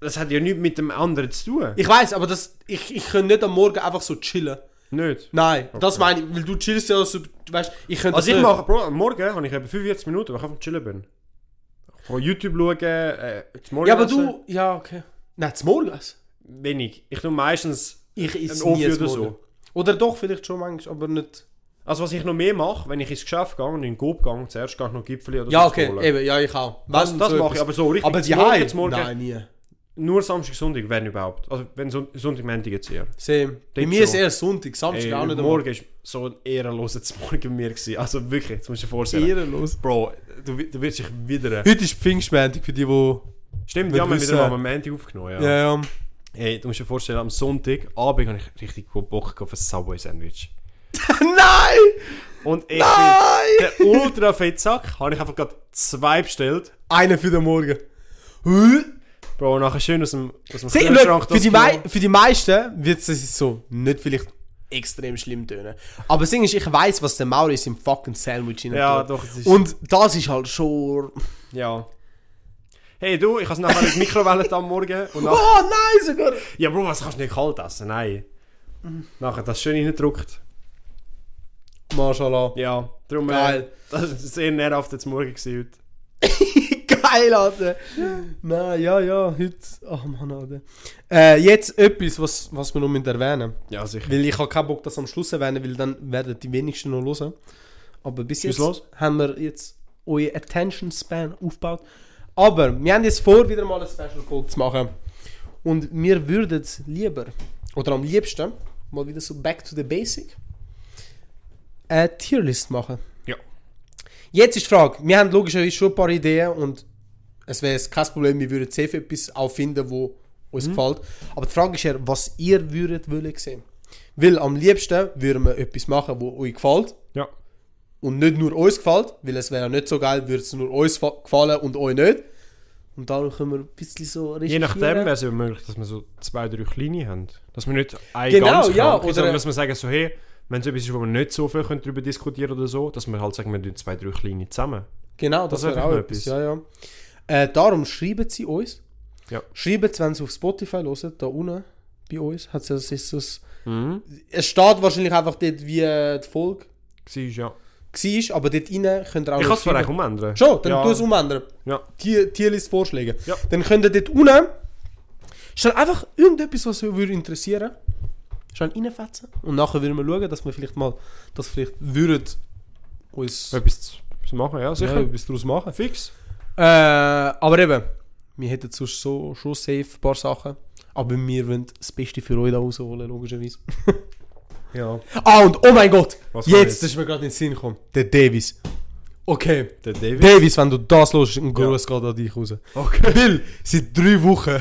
Das hat ja nichts mit dem anderen zu tun.
Ich weiß, aber das, ich, ich könnte nicht am Morgen einfach so chillen.
Nicht.
Nein, das meine ich, weil du chillst ja so, du weißt, ich könnte
Also
das
ich
nicht.
mache, Bro, am Morgen habe ich eben 45 Minuten, wo ich einfach am chillen bin. Ich kann YouTube schauen, äh, zum Morgen
Ja, aber
essen.
du, Also- ja, okay. Nein, zum Morgen.
Wenig. Ich tue meistens...
Ich
Ein
esse
Ofi
nie
oder
oder
so.
so. Oder doch, vielleicht schon manchmal, aber nicht...
Also was ich noch mehr mache, wenn ich ins Geschäft gehe und in den Coop gehe, zuerst gehe ich noch Gipfel oder
Ja,
so
okay,
holen.
eben, ja, ich auch. Wenn
Das, das mache
so
ich,
etwas.
aber so richtig
Aber
zum
die
Morgen,
Heim?
zum Morgen.
Nein, nie.
Nur Samstag, Sonntag, wenn überhaupt. Also wenn Son Sonntag, Montag jetzt eher.
Same. Bei
Dort
mir ist
schon.
eher Sonntag, Samstag
Ey,
auch nicht
morgen ist so ein ehrenloses Morgen bei mir gewesen. Also wirklich, jetzt musst du dir vorstellen.
Ehrenlos.
Bro, du, wi- du wirst dich wieder...
Heute ist Pfingstmäntig für die, die...
Stimmt,
Wir
ja, wir haben
wissen-
wieder mal am Montag aufgenommen, ja.
Ja, ja.
Ey, du musst dir vorstellen, am Sonntag Abend habe ich richtig gut Bock auf ein Subway-Sandwich.
Nein!
Und ich
Nein!
bin der ultra fettsack, habe ich einfach gerade zwei bestellt.
Einer für den Morgen.
Bro, nachher schön aus dem, aus dem
Sieh,
Kühlschrank
look, für,
das
die
genommen.
mei für die meisten wird es so nicht vielleicht extrem schlimm tönen. Aber das Ding ist, ich weiß, was der Mauri ist im fucking Sandwich rein
Ja,
tut.
doch, es ist...
Und das ist halt schon.
Ja. Hey du, ich habe es nachher in die Mikrowelle am Morgen und nach
Oh nein, sogar!
Ja, Bro, was kannst du nicht kalt essen? Nein. Nachher das schön reingedruckt.
Mashallah.
Ja, darum... Äh,
Geil.
das war sehr nervhaft jetzt Morgen gewesen heute.
Geil, Alter! Nein, ja, ja, heute. Ach Mann, Alter. Äh, jetzt etwas, was, was wir noch mit erwähnen.
Ja, sicher.
Weil ich habe keinen Bock, das am Schluss erwähnen, weil dann werden die wenigsten noch hören. Aber bis
Schieß
jetzt
los.
haben wir jetzt euer Attention Span aufgebaut. Aber wir haben jetzt vor, wieder mal eine Special Folge zu machen. Und wir würden es lieber, oder am liebsten, mal wieder so back to the basic, eine Tierlist machen.
Ja.
Jetzt ist die Frage, wir haben logischerweise schon ein paar Ideen und es wäre jetzt kein Problem, wir würden safe etwas auch finden, wo uns
Mhm.
gefällt. Aber die Frage ist ja, was ihr würdet wollen sehen. Weil am liebsten würden wir etwas machen, wo euch gefällt
Ja.
und nicht nur uns gefällt, weil es wäre ja nicht so geil, würde es nur uns fa- gefallen und euch nicht. Und darum können wir ein bisschen so
Je nachdem
recherchieren.
wäre es eben möglich, dass wir so zwei, drei kleine haben. Dass wir nicht eine
Genau,
ganz
ja,
krank ist,
oder-
sondern dass wir sagen so, hey, wenn es etwas ist, wo wir nicht so viel können darüber diskutieren oder so, dass wir halt sagen, wir tun zwei, drei kleine zusammen.
Genau, das,
Das wäre
wäre auch
noch
etwas.
etwas.
Ja, ja. Äh, darum schreiben sie uns.
Ja.
Schreiben sie, wenn sie auf Spotify hören, da unten bei uns. Hat es ist so ein-
Mhm.
Es steht wahrscheinlich einfach dort, wie äh, die Folge
Siehst
Oh,
ja.
war, aber dort rein könnt ihr auch
Ich kann
noch
es
schreiben.
vielleicht umändern.
Schon, dann
ja.
tu es umändern.
Ja.
Tier, Tierlist-Vorschläge.
Ja.
Dann könnt ihr dort unten schnell einfach irgendetwas, was euch würde interessieren schnell reinfetzen. Und nachher würden wir schauen, dass wir vielleicht mal, dass vielleicht würden uns
Etwas zu- zu machen, ja,
ja,
sicher.
etwas daraus machen.
Fix.
Äh, aber eben, wir hätten sonst so, schon safe ein paar Sachen. Aber wir wollen das Beste für euch da rausholen, logischerweise.
Ja.
ah, und oh mein Gott!
Was kommt
jetzt,
jetzt?
das ist mir gerade in den Sinn gekommen. Der Davis. Okay.
Der David.
Davis, wenn du das hörst, ein Gruß geht an dich raus.
Okay.
Weil, seit drei Wochen,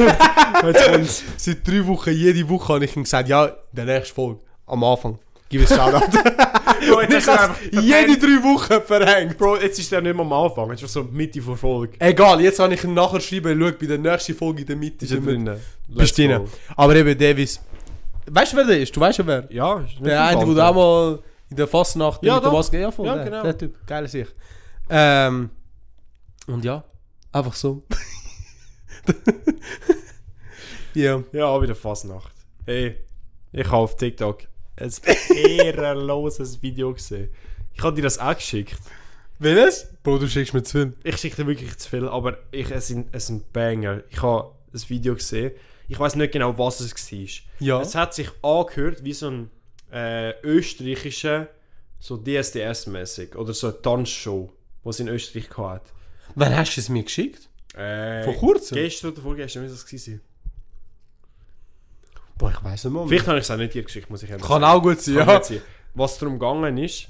Jetzt kommt's.
seit drei Wochen, jede Woche habe ich ihm gesagt, ja, in der nächsten Folge, am Anfang, gib es Shoutout.
Bro, jetzt
Und
hast
ich
du
habe
einfach
es jede drei Wochen verhängt.
Bro, jetzt ist er nicht mehr am Anfang, jetzt ist er so Mitte vor Folge.
Egal, jetzt habe ich ihn nachher schreiben, schau, bei der nächsten Folge in der Mitte
Ist er
sind wir-
drinnen. Let's
Bist drin.
go.
Aber eben Davis. Weißt du, wer der ist? Du weißt ja wer.
Ja, ist nicht
Der eine,
verwandt.
der da mal in der Fastnacht
Ja,
mit der
doch.
Maske. Ja, voll,
Ja,
der,
genau.
der Typ. Geiler Sicht. Ähm, und ja, einfach so. ja.
Ja, wieder Fasnacht. Hey, Ich habe auf TikTok ein ehrenloses Video gesehen. Ich habe dir das auch geschickt.
Welches? Bro, du schickst mir zu viel.
Ich schicke dir wirklich zu viel, aber ich, es, sind, es sind Banger. Ich habe ein Video gesehen. Ich weiß nicht genau, was es war.
Ja.
Es hat sich angehört wie so ein äh, österreichischer, so DSDS-mäßig oder so eine Tanzshow, die es in Österreich hatte.
Wann hast du es mir geschickt?
Äh,
Vor kurzem?
Gestern oder vorgestern muss das gewesen sein.
Boah, ich weiß nicht mehr.
Vielleicht habe ich es auch nicht dir geschickt, muss ich ehrlich
Kann
sagen.
auch gut sein,
Kann
ja.
nicht sein. Was darum gegangen ist,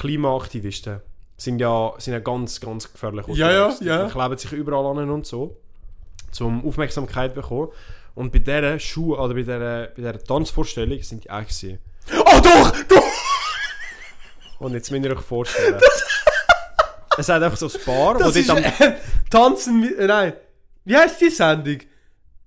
Klimaaktivisten sind ja, sind ja ganz, ganz gefährlich.
Ja, ja,
unterwegs.
ja.
Die kleben sich überall an und so, zum Aufmerksamkeit bekommen. Und bei dieser Schuh oder bei dieser, bei dieser Tanzvorstellung sind die auch gewesen.
Oh doch! Doch!
Und jetzt müsst ihr euch vorstellen. es hat einfach so ein Paar,
Das
wo
ist
dort am...
äh, Tanzen mit... Äh, nein. Wie heißt die Sendung?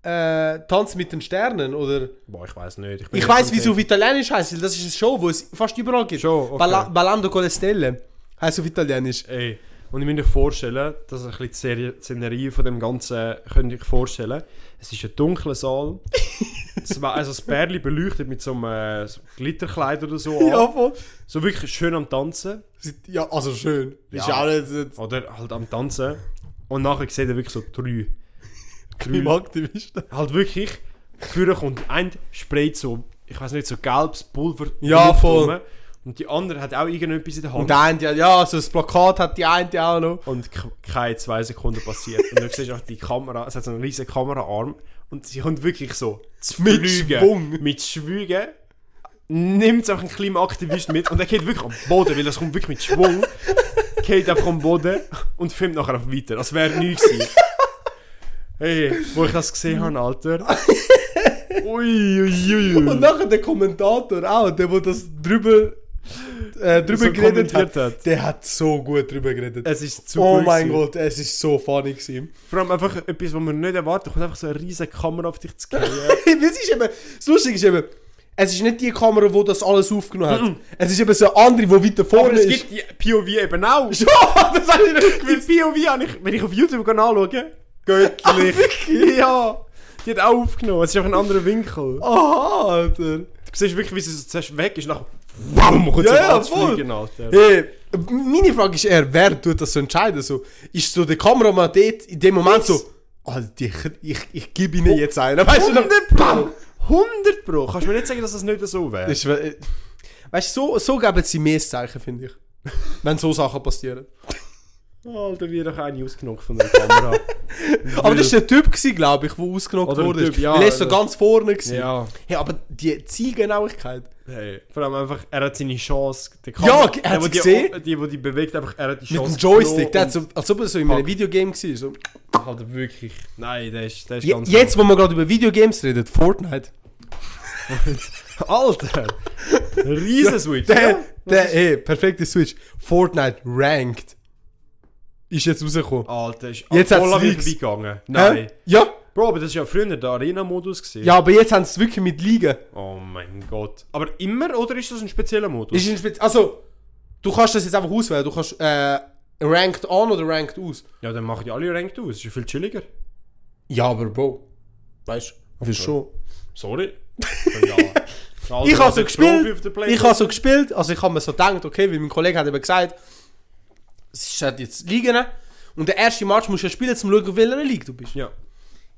Äh, Tanz mit den Sternen, oder?
Boah, ich weiß nicht. bin
Ich
nicht
weiß,
am
wie es auf
Thema.
Italienisch heißt, weil das ist eine Show, die es fast überall gibt.
Show, okay.
Balla Ballando con le Stelle heißt auf Italienisch.
Ey, und ich müsst euch vorstellen, das ist ein bisschen die Serie- die Szenerie von dem Ganzen, könnt ihr euch vorstellen. Es ist ein dunkler Saal. Es war- also das Bärli beleuchtet mit so einem äh, so einem Glitterkleid oder so. an.
voll.
So wirklich schön am Tanzen.
Ja, also schön. Ist äh,
Ja.
auch nicht
Oder halt am Tanzen. Und nachher seht ihr wirklich so drei.
ein Aktivist.
Halt wirklich, vorne kommt ein sprayt so, ich weiß nicht, so gelbes Pulver. in die
Ja,
Luft
voll.
rum. Und die andere hat auch irgendetwas in der Hand.
Und der eine, ja, ja, also das Plakat hat die eine auch noch.
und k- keine zwei Sekunden passiert. Und dann siehst du auch die Kamera, es hat so einen riesen Kameraarm und sie kommt wirklich so zu
Mit
fliegen,
Schwung.
Mit Schwügen. Nimmt einfach einen Klimaaktivist mit und er geht wirklich am Boden, weil das kommt wirklich mit Schwung. Geht einfach am Boden und filmt nachher einfach weiter. Das wäre nichts gewesen. Hey, wo ich das gesehen habe, Alter. Ui, ui, ui, ui.
Und nachher der Kommentator auch, der, der das drüber, äh, drüber
So
geredet hat,
kommentiert hat.
der hat so gut drüber geredet.
Es ist zu
oh
gut
mein
gewesen.
Gott, es ist so funny gewesen.
Vor allem einfach etwas, was man nicht erwartet, kommt einfach so eine riesige Kamera auf dich zu gehen.
das ist eben, das Lustige ist eben, es ist nicht die Kamera, die das alles aufgenommen hat. Es ist eben so eine andere, die weiter vorne
Aber es
ist.
gibt die POV eben auch.
Schon, das habe ich nicht gewusst.
Die POV habe ich, wenn ich auf YouTube anschaue,
Ah,
göttlich. ja, die hat auch aufgenommen. Es ist auch ein anderer Winkel. Du
Ah. Aha, Alter.
siehst wirklich, wie sie so zuerst weg ist, nachher WAM! kommt
Ja,
sie
ja,
alles
voll.
fliegen, Alter.
Hey, meine Frage ist eher, wer tut das so entscheiden? So, ist so der Kameramann dort in dem Moment
Yes.
so, Alter, ich, ich, ich gebe ihnen jetzt einen. Weißt du,
100
dann-
Pro! 100 Pro! Kannst du mir nicht sagen, dass das nicht so wäre?
Das ist, äh, weißt du, so, so geben sie mehr das Zeichen, finde ich. Wenn so Sachen passieren.
Alter, wie doch eine ausgenockt von der Kamera.
Aber das war der Typ, glaube ich, der ausgenockt
Oder ein
wurde.
Typ, ja,
Weil er ist so
oder-
ganz vorne. Gewesen.
Ja.
Hey, aber die Zielgenauigkeit.
Hey, vor allem einfach, er hat seine Chance. Der
Ja, er hat
der, wo
sie
die-
gesehen.
Die, die die bewegt, einfach, er hat die
Mit
Chance
dem Joystick. Der hat
genommen
so, als ob er so in einem
Fuck.
Videogame war. So.
und- Alter, wirklich. Nein, der ist, der ist
Je,
ganz...
jetzt, wo wir gerade über Videogames reden, Fortnite.
Alter! Riesenswitch!
Der, Äh, der, ey, perfekte Switch. Fortnite ranked. Ist jetzt rausgekommen.
Alter, ist
Jetzt
jetzt
hat's
voll an mir
Leaks.
vorbeigegangen. Nein.
Hä? Ja,
Bro, aber das ist ja früher der Arena-Modus gewesen.
ja, aber jetzt haben sie es wirklich mit Ligen.
Oh mein Gott. Aber immer oder ist das ein spezieller Modus?
Ist ein Spez also, du kannst das jetzt einfach auswählen. Du kannst äh, ranked on oder ranked aus.
ja, dann machen die alle ranked aus. Ist ja viel chilliger.
Ja, aber Bro, weißt du, okay. schon.
Sorry. ja. Also, Alter,
Ich habe so
was ein Profi auf
gespielt.
der Play-
Ich habe so gespielt. Also ich habe mir so gedacht, okay, weil mein Kollege hat eben gesagt, es ist halt jetzt Ligen. Und der erste Match musst du ja spielen, um zu schauen, auf welcher Liga du bist.
Ja.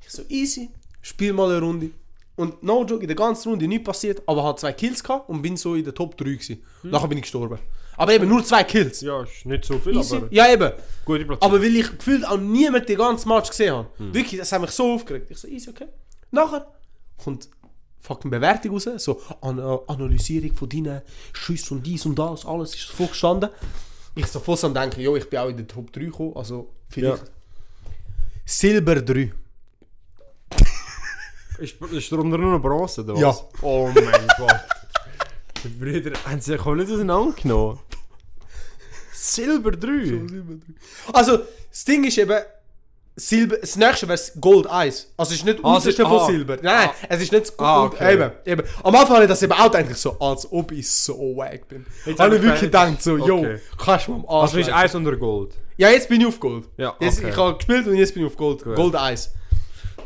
Ich so, easy, spiel mal eine Runde. Und no joke, in der ganzen Runde nichts passiert, aber hat zwei Kills gehabt und bin so in der Top 3 gewesen. Nachher bin ich gestorben. Aber eben nur zwei Kills.
Hm.
Ja,
Ja, ist nicht so viel,
easy.
aber
ja eben.
gute Platzierung.
Aber weil ich gefühlt auch niemand den ganzen Match gesehen habe.
Hm.
Wirklich, das hat mich so aufgeregt. Ich so, easy, okay. Nachher kommt fucking Bewertung raus, so An äh, Analysierung von deinen Schüssen und dies und das, alles ist vorgestanden. Ich so voll so am denken, jo, ich bin auch in der Top 3 gekommen, also vielleicht.
Ja.
Silber 3.
ist, ist darunter nur noch Bronze, oder was?
Ja.
Oh mein Gott. Die Brüder haben sich auch nicht auseinandergenommen. Silber 3.
Also, das Ding ist eben, Silber, das nächste wäre Gold 1. Also, es ist nicht
Ah,
ah,
es ist-
von
ah.
Silber. Nein,
Ah.
es ist nicht das Gold.
Ah, okay.
eben, eben. Am Anfang habe ich das eben auch gedacht, so, als ob ich so wack bin.
Jetzt
habe ich
habe ich
wirklich
gedacht,
gedacht, so, yo,
okay.
kannst du mir am Arsch
Also ist
lecken.
eins unter Gold.
Ja, jetzt bin ich auf Gold.
Ja,
jetzt,
okay.
Ich habe gespielt und jetzt bin ich auf Gold. Gold 1.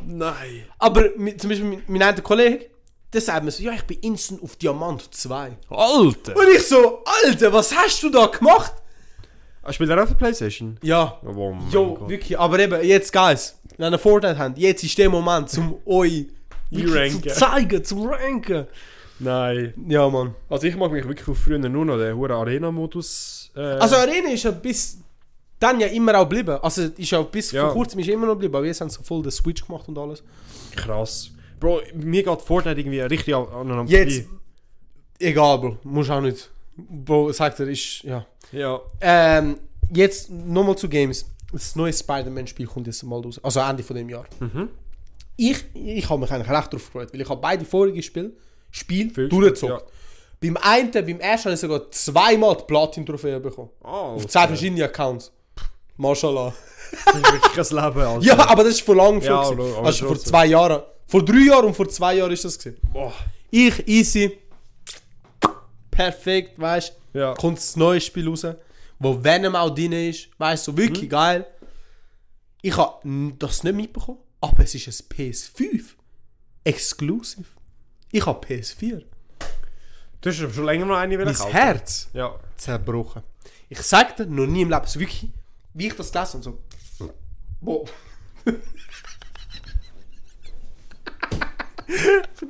Nein.
Aber mi- zum Beispiel mein, mein einer Kollege, Dann sagt man so, ja, ich bin instant auf Diamant 2.
Alter!
Und ich so, Alter, was hast du da gemacht?
Ah, Spielt er auf der Playstation?
Ja.
Oh, wow, mein
Jo,
Gott.
wirklich. Aber eben, jetzt, Guys, wenn ihr Fortnite habt, jetzt ist der Moment, um euch wirklich
ranken.
zu zeigen, zu ranken.
Nein.
Ja, Mann.
Also ich mag mich wirklich auf früher nur noch den hohen Arena-Modus... Äh,
Also Arena ist ja bis dann ja immer auch geblieben. Also ist ja bis
Ja.
vor kurzem ist immer noch geblieben, aber jetzt haben sie voll den Switch gemacht und alles.
krass. Bro, mir geht Fortnite irgendwie richtig an, an, an
Jetzt, egal, Bro, musst auch nicht. Bro, sagt er, ist, ja.
Ja.
Ähm, jetzt nochmal zu Games. Das neue Spider-Man-Spiel kommt jetzt mal raus. Also Ende von dem Jahr.
Mhm.
Ich, ich habe mich eigentlich recht darauf gefreut, weil ich habe beide vorigen Spiele Spiel
Viel
durchgezogen.
gespielt,
Beim einen, beim ersten habe ich sogar zweimal die Platin-Trophäe bekommen.
Oh,
Auf zwei verschiedene Accounts. Mashallah.
Das ist wirklich ein Leben, Alter.
Ja, aber das ist vor langem schon.
Ja,
gewesen.
aber- aber
also vor
trotzdem.
zwei Jahren. Vor drei Jahren und vor zwei Jahren ist das gewesen.
Boah.
Ich, easy. Perfekt, weißt du?
Ja.
Kommt das neue Spiel raus, wo Venom auch drin ist. Weißt du, so
Mhm.
wirklich geil. Ich habe das nicht mitbekommen, aber es ist ein PS5. Exclusive. Ich habe PS4.
Du hast schon länger mal eine
Mein
kaufen.
Herz
Ja.
zerbrochen. Ich sag dir, noch nie im Leben. So wirklich, wie ich das gelesen und so. Boah.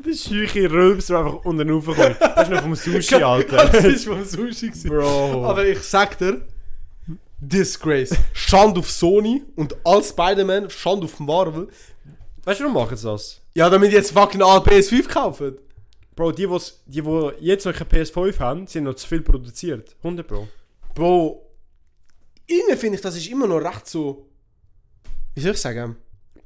Der scheuche Rülps, der einfach unten raufkommt. Das ist noch vom Sushi, Alter.
Das ist vom Sushi. gewesen.
Bro.
Aber ich sag dir, Disgrace. Schande auf Sony und als Spider-Man, Schande auf Marvel.
Weißt du, warum machen sie das?
Ja, damit jetzt fucking alle PS5 kaufen.
Bro, die, wo's, die wo jetzt noch keine PS5 haben, sind noch zu viel produziert. 100 Pro.
Bro, irgendwie finde ich, das ist immer noch recht so. Wie soll ich sagen?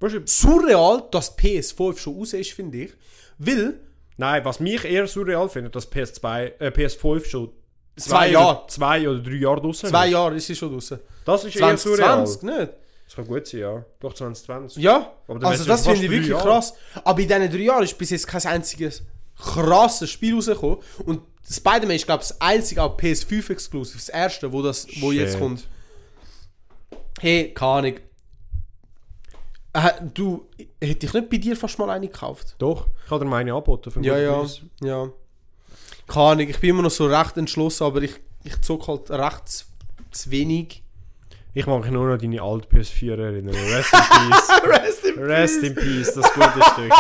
Weißt
Surreal, dass PS5 schon raus ist, finde ich. Weil,
nein, was mich eher surreal findet, dass PS2, äh, PS5 schon
Zwei
oder-
Jahre.
zwei oder drei Jahre draussen
zwei
ist.
Jahre ist sie schon raus.
Das ist eher surreal.
2020, nicht?
Das kann gut sein, ja. Doch 2020.
Ja,
Aber dann
also
wär's ja fast
das finde ich
drei
wirklich
Jahre.
krass. Aber in diesen drei Jahren ist bis jetzt kein einziges krasses Spiel rausgekommen. Und Spider-Man ist, glaube ich, das einzige auch PS5-Exclusive, das erste, wo, das, wo jetzt
Shit.
kommt. Hey, keine Ahnung. Äh, du, hätte ich nicht bei dir fast mal eine gekauft?
Doch, ich habe dir meine angeboten. für einen
Ja,
guten
ja,
Preis.
ja. Keine Ahnung, ich bin immer noch so recht entschlossen, aber ich, ich zog halt recht zu, zu wenig.
Ich mag mich nur noch an deine alte PS4 erinnern. Rest in Peace.
Rest in
Rest in Peace, das gute Stück.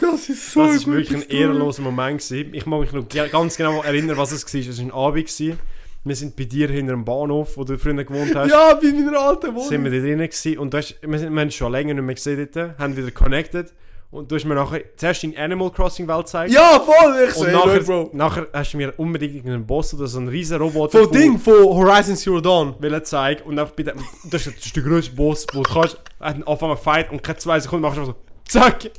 Das ist so
Ah, Das ist
gut.
wirklich ein ehrenloser Moment. Gewesen. Ich mag mich noch ge- ganz genau erinnern, was es war. Es war ein Abend. Gewesen. Wir sind bei dir hinter dem Bahnhof, wo du früher gewohnt hast.
Ja, bei meiner alten Wohnung.
Sind wir da drinnen gewesen. Und du hast, wir, sind, wir haben uns schon länger nicht mehr gesehen dort, haben wieder connected. Und du hast mir nachher zuerst deine Animal Crossing Welt gezeigt.
Ja, voll! Ich
Und
sehe
nachher,
Leute, Bro.
nachher hast du mir unbedingt einen Boss oder so einen riesen Roboter
Von Ding, von Horizon Zero Dawn.
will zeigen und dann bei dem, das ist, das ist der größte Boss, wo du kannst, hat anfangen einen Fight und keine zwei Sekunden machst du einfach so, zack,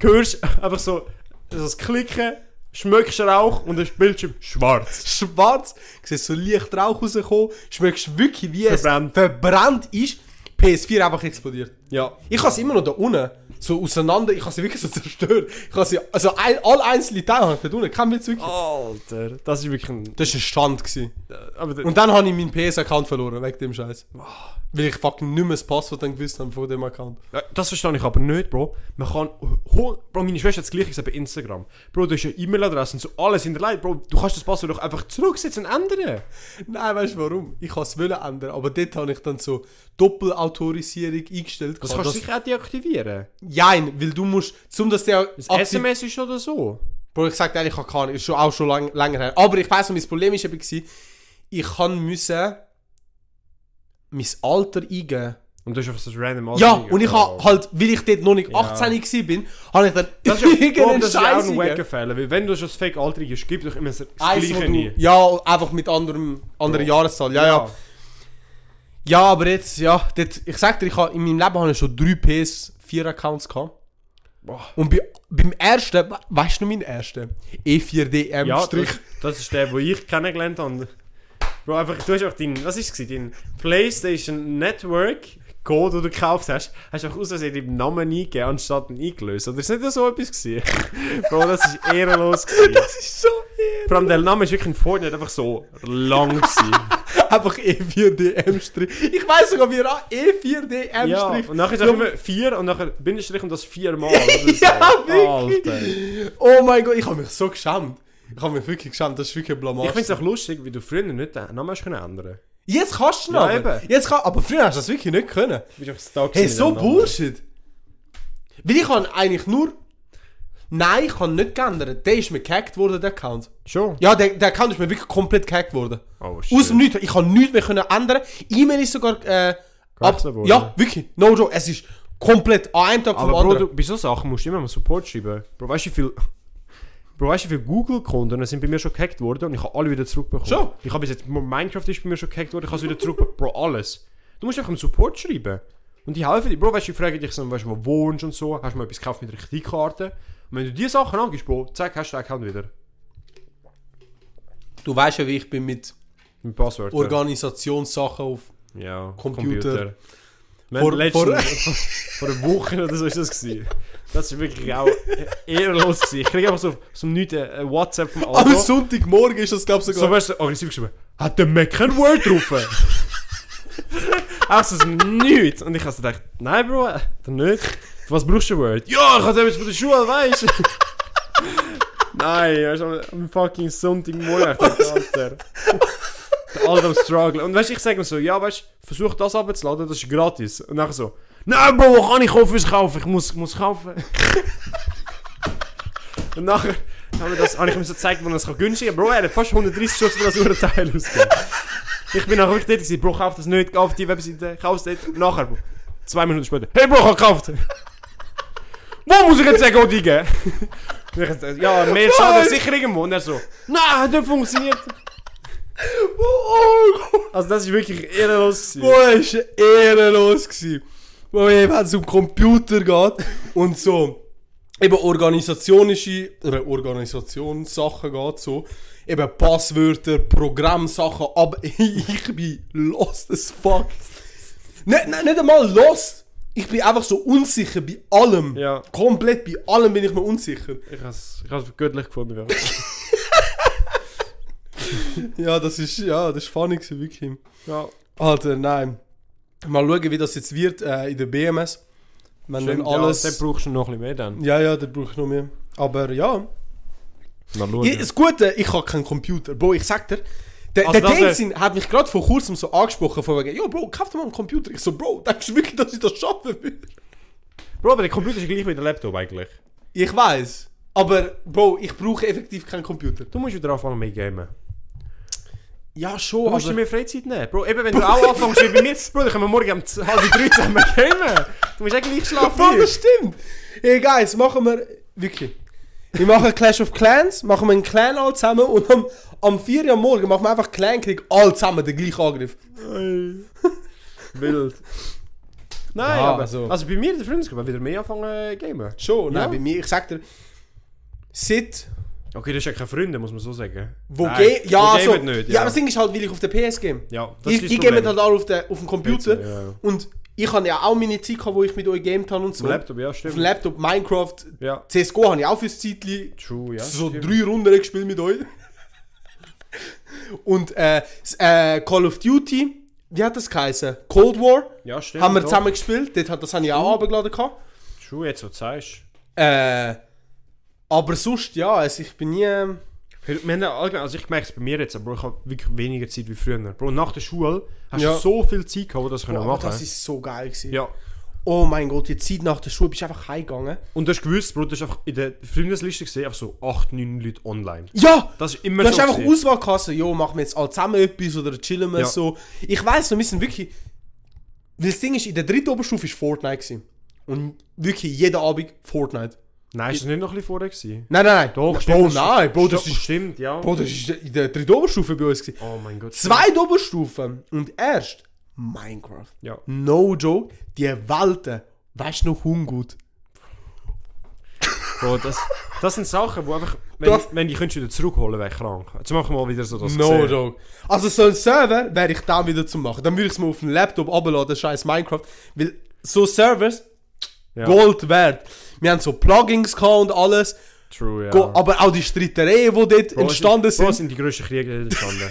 hörst einfach so, so das Klicken, schmeckst Rauch und das Bildschirm schwarz.
Schwarz, siehst so leicht Rauch rauskommen, schmeckst wirklich, wie
Verbrannt.
es verbrannt ist. PS4 einfach explodiert.
Ja.
Ich habe sie immer noch da unten, so auseinander, ich habe sie wirklich so zerstört. Ich habe sie, also ein, alle einzelnen Teile habe ich da unten, kein Witz wirklich.
Ah. Alter, das ist wirklich ein...
Das war ein Stand. Gewesen.
Aber der,
Und dann habe ich meinen PS-Account verloren, wegen dem Scheiß.
Ah.
Weil ich fucking nicht mehr das Passwort dann gewusst habe von dem Account.
Ja, das verstehe ich aber nicht, Bro. Man kann... ho- Bro, meine Schwester hat das gleiche gesagt bei Instagram. Bro, du hast ja E-Mail-Adresse und so alles hinterlegt. Bro, du kannst das Passwort doch einfach zurücksetzen und ändern.
Nein, weißt du warum? Ich wollte es ändern, aber dort habe ich dann so Doppelautorisierung eingestellt.
Das
gehabt,
kannst
dass-
du sicher auch deaktivieren.
Jein, weil du musst, zum dass der
Das
aktiv-
SMS ist oder so.
Bro, ich sag dir, ehrlich, ich habe keine Ahnung, ist schon auch schon lang, länger her. Aber ich weiss, noch, mein Problem ist eben gewesen, ich kann müssen mein Alter eingeben.
Und du hast einfach so ein random
Ja,
Anzeiger.
und ich habe halt, weil ich dort noch nicht
Oh, Ja.
18 gewesen bin, habe ich dann
Das ist ja Bro,
irgendeinen
das ist ja auch
Scheiß
ein
eingegeben.
wacker Fehler, weil wenn du schon das fake Alter gibst, gib doch immer das
Eins, wo
gleiche
du-
nie.
Ja, einfach mit anderem, anderer Jahreszahl. Ja, ja, ja. aber jetzt, ja, dort, ich sag dir, ich habe, in meinem Leben habe ich schon drei PS4-Accounts gehabt.
Boah.
Und bei, beim ersten, we- weißt du noch meinen ersten? E E4DM-Strich.
Ja, das, das ist der, den ich kennengelernt habe. Bro, einfach, du hast auch dein, was ist es, dein Playstation Network Code, den du gekauft hast, hast du einfach aus Versehen deinen Namen eingegeben, anstatt ihn eingelöst. Oder ist nicht so etwas gewesen? Bro, das ist ehrenlos gewesen.
Das ist so irre.
Vor allem der Name ist wirklich in Fortnite einfach so lang gewesen.
Einfach E E4DM-Strich. Ich weiß sogar, wie er an E E4DM-Strich.
Ja, und nachher sagen wir 4 und nachher Bindestrich und das viermal. oder so.
Ja, wirklich.
Alter.
Oh mein Gott, ich habe mich so geschämt. Ich habe mich wirklich geschämt, das ist wirklich eine Blamage.
Ich finde es auch lustig, wie du früher nicht äh, den Namen hast können ändern
Jetzt kannst du ihn
Ja,
aber.
eben.
Jetzt kann, aber früher hast du das wirklich nicht können.
konntest.
Hey, so Bullshit. Weil ich habe eigentlich nur... Nein, ich habe nicht geändert. Der ist mir gehackt worden, der Account.
Schon?
Ja, der, der Account ist mir wirklich komplett gehackt worden.
Oh,
Aus dem Nichts. Ich kann nichts mehr können ändern. E-Mail ist sogar... Äh, ab,
Gewechselt worden.
ja, wirklich. No joke. Es ist komplett an einem Tag vom
Aber Bro,
anderen.
du, bei so Sachen musst du immer mal Support schreiben. Bro, weißt du, wie viel... Bro, weißt du, wie viele Google-Kunden sind bei mir schon gehackt worden und ich habe alle wieder zurückbekommen.
Schon?
Ich habe bis jetzt... Minecraft ist bei mir schon gehackt worden, ich habe es wieder zurückbekommen. Bro, alles. Du musst einfach im Support schreiben. Und die helfen dir. Bro, weißt du, die fragen dich so, weißt du, wo du wohnst und so. Hast du mal etwas gekauft mit einer Kreditkarte? Und wenn du diese Sachen angibst, Bro, zack, hast du den Account wieder.
Du weißt ja, wie ich bin mit
Mit Passwörtern.
Organisationssachen auf...
Ja,
Computer.
Wir
Vor-
haben letztens-
vor-
vor einer Woche oder so ist das gewesen. Das ist wirklich auch ehrenlos gewesen. Ich kriege einfach so zum Nichts äh, ein WhatsApp vom Aldo.
Am Sonntagmorgen ist das, glaube ich, sogar...
so wirst du aggressiv geschrieben. Hat der Mac kein Word drauf? Auch so zum Nichts. Und ich habe so gedacht, nein Bro, äh, dann nicht. Für Was brauchst du Word? Ja, ich habe etwas von der Schule, weißt du. nein, weißt du, am- am fucking Sonntagmorgen. Ich dachte, Alter. Der Alter am Struggle. Und weißt du, ich sage ihm so, ja, weißt du, versuch das abzuladen, das ist gratis. Und nachher so, nein, Bro, wo kann ich Hoffers kaufen? Ich muss, ich muss kaufen. Und nachher haben wir das, habe ich ihm so gezeigt, wo man das kann günstig kann. Bro, er hat fast 130 Schuss für das Urteil ausgegeben. Ich bin nachher wirklich dort gewesen, Bro, kauf das nicht, geh auf die Webseite, kauf es dort. Nachher, Bro, zwei Minuten später, hey Bro, ich hab gekauft. Wo muss ich jetzt den Code eingeben? Und ich hab gesagt, Ja, mehr Schaden, sicher irgendwo. Und er so, nein, hat nicht funktioniert.
Oh, Gott.
Also das ist wirklich ehrenlos. gewesen.
Boah, ist ehrenlos gewesen. Boah, eben, wenn es um Computer geht und so eben organisatorische oder Organisationssachen geht, so eben Passwörter, Programmsachen, aber ich bin lost as fuck. Nicht, nicht, nicht einmal lost. Ich bin einfach so unsicher bei allem.
Ja.
Komplett bei allem bin ich mir unsicher.
Ich has, ich has göttlich gefunden. Ja.
Ja, das ist, ja, das ist funny gewesen, wirklich.
ja.
Alter, nein. Mal schauen, wie das jetzt wird äh, in der BMS. Wenn
Stimmt,
dann alles...
ja, dann brauchst du noch ein bisschen mehr dann.
Ja, ja, der braucht noch mehr. Aber ja.
Na, schau.
Ich, das Gute, ich habe keinen Computer. Bro, ich sag dir, der,
Also
der
das wär-
Densin hat mich gerade vor kurzem so angesprochen, von wegen, jo Bro, kauf dir mal einen Computer. Ich so, Bro, denkst du wirklich, dass ich das schaffen will?
Bro, aber der Computer ist gleich wie der Laptop eigentlich.
Ich weiß. Aber, Bro, ich brauche effektiv keinen Computer.
Du musst wieder anfangen mehr gamen.
Ja, schon,
Du musst dir
aber...
mehr Freizeit nehmen. Bro, eben wenn du auch anfängst wie bei mir, Bro, dann können wir morgen um z- halb drei zusammen gamen. Du musst eigentlich gleich
Bro,
schlafen.
das stimmt. Hey, Guys, machen wir... Wirklich. Wir machen Clash of Clans, machen wir einen Clan all zusammen und am, am 4 Uhr am Morgen machen wir einfach Clankrieg all zusammen, den gleichen Angriff.
Nein. Wild. Nein,
Ja,
aber
also-
also. bei mir in der Freundesgruppe wieder mehr anfangen äh, gamen.
Schon, nein,
Ja.
bei mir, ich sag dir... Seit...
Okay, das ist ja keine Freunde, muss man so sagen.
Wo
Nein,
ge ja,
wo
so,
gamen nicht,
ja. aber das Ding ist halt, weil ich auf der PS game.
Ja, das
ich
ist
ich
das
game
Problem.
halt alle auf, den, auf dem Computer.
PC, ja.
Und ich habe ja auch meine Zeit gehabt, wo ich mit euch gamed habe und so.
Auf dem Laptop, ja,
Auf
stimmt.
dem Laptop, Minecraft,
ja.
CSGO habe ich auch fürs Zeitli
True, ja.
so
stimmt.
drei Runden gespielt mit euch. und äh, s- äh, Call of Duty, wie hat das geheißen? Cold War
Ja, stimmt.
haben wir
doch.
zusammen gespielt. Dort hat, das habe ich auch runtergeladen gehabt.
True, jetzt, wo du sagst.
Äh, aber sonst, ja, also ich bin nie... ähm,
Wir haben ja allgemein, also ich merke es bei mir jetzt, Bro, ich habe wirklich weniger Zeit wie früher. Bro, nach der Schule hast
Ja.
du so viel Zeit gehabt, wo du das können
aber
machen
das ist so geil gewesen.
Ja.
Oh mein Gott, die Zeit nach der Schule bist du einfach heimgegangen.
Und du hast gewusst, Bro, du hast einfach in der Freundesliste gesehen, einfach so 8, 9 Leute online.
Ja!
Das ist immer
Du hast
so.
einfach
gewesen.
Auswahl gehabt, so, jo, machen wir jetzt alle zusammen etwas oder chillen wir
Ja.
so. Ich weiss, wir müssen wirklich. Weil das Ding ist, in der dritten Oberstufe war Fortnite. Gewesen. Und wirklich jeden Abend Fortnite.
Nein, ist das nicht noch ein bisschen vorher gewesen?
Nein, nein, nein.
Doch,
Bro,
stimmt,
nein, Bro, das
Sto-
ist.
Stimmt, ja.
Bro, das ist in der dritten Oberstufe bei uns. Gewesen.
oh mein Gott.
Zweite Oberstufe und erst Minecraft.
Ja.
No joke, die Welten. Weißt du noch, Hungut?
Bro, das, das sind Sachen, die einfach, wenn,
Das-
ich, wenn ich könntest du wieder zurückholen, wäre ich krank. Jetzt machen wir mal wieder so das
No
gesehen.
joke. Also so ein Server wäre ich da wieder zu machen. Dann würde ich es mir auf den Laptop abladen, scheiß Minecraft. Weil so Servers
Ja.
Gold wert. Wir haben so Plugins gehabt und alles.
True, ja.
Go, aber auch die Streitereien, die dort
Bro,
entstanden
es sind. Bro, es sind
sind.
die grössten Kriege die entstanden.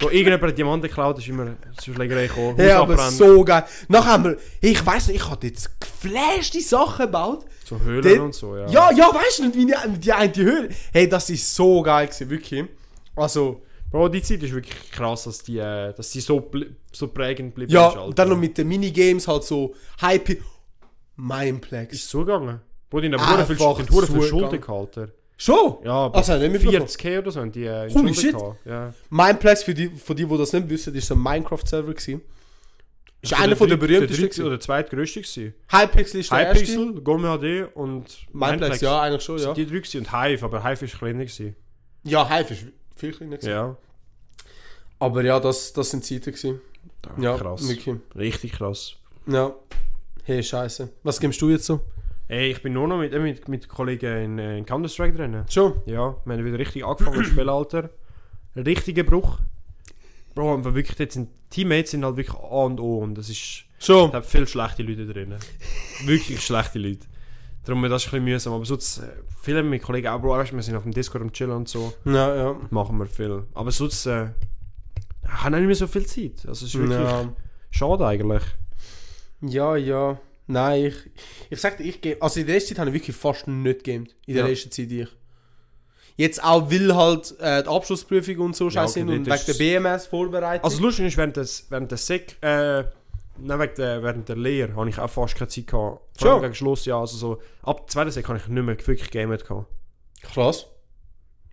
Wo irgendjemand hat Diamanten geklaut, ist immer zur Schlägerei gekommen. Haus
Ja, aber
abbrennen,
so geil. Nachher haben wir, ich weiß nicht, ich habe jetzt geflashte Sachen gebaut.
So Höhlen
Dort-
und so, ja.
Ja, ja, weißt du nicht, wie die, die eine Höhle. Hey, das ist so geil gewesen, wirklich. Also,
Bro, die Zeit ist wirklich krass, dass die, äh, dass die so, bl- so prägend blieb.
ja, und dann noch mit den Minigames halt so Hype. Mindplex.
Ist zugegangen. Bro, die haben verdammt
Einfach
viel- die haben verdammt viel
zugegangen.
Schulden gehalten.
Schon?
Ja,
Also, nicht mehr
40k oder so haben die äh, in Schulden
Holy shit.
gehabt. Ja.
Mindplex, für die, für die, die das nicht wissen, ist so ein Minecraft-Server gewesen. Ist einer von der
Also dritt-
berühmtesten.
dritte
gewesen.
oder zweitgrößte gewesen.
Hypixel ist der erste.
Hypixel, Golem HD und
Mindplex, ja, eigentlich schon, ja.
Die drei gewesen und Hive, aber Hive ist kleiner gewesen.
Ja, Hive ist viel kleiner gewesen.
Ja,
Aber ja, das, das sind Zeiten gewesen. Ja,
Ah, krass.
Wirklich.
richtig krass.
Ja. Hey, scheiße. Was gibst du jetzt so?
Ey, ich bin nur noch mit, äh, mit, mit Kollegen in, äh, in Counter-Strike drin.
Schon?
Ja, wir haben wieder richtig angefangen zu spielen, Alter. Richtiger Bruch. Bro, aber wirklich, jetzt sind Teammates sind halt wirklich A und O und das ist...
Schon.
Es hat viele schlechte Leute drin. Wirklich schlechte Leute. Darum das ist ein bisschen mühsam. Aber sonst, äh, viele mit Kollegen auch, Bro, weißt, du, wir sind auf dem Discord am Chillen und so.
Ja, ja.
Machen wir viel. Aber sonst, äh, ich habe nicht mehr so viel Zeit. Also es ist wirklich
Ja,
schade eigentlich.
ja. ja. Nein, ich, ich sag dir, ich game, also in der letzten Zeit habe ich wirklich fast nicht gegamed. In der
Ja.
letzten Zeit ich. Jetzt auch, weil halt äh, die Abschlussprüfung und so scheiße
okay,
sind und
dort
wegen
ist-
der BMS vorbereitet.
Also lustig ist, während, des, während der Sek, äh, nein, wegen der, während der Lehre habe ich auch fast keine Zeit gehabt. Vor
Schon?
allem gegen Schluss, ja. Also so, ab der zweiten Sek habe ich nicht mehr wirklich gegamet gehabt.
Krass.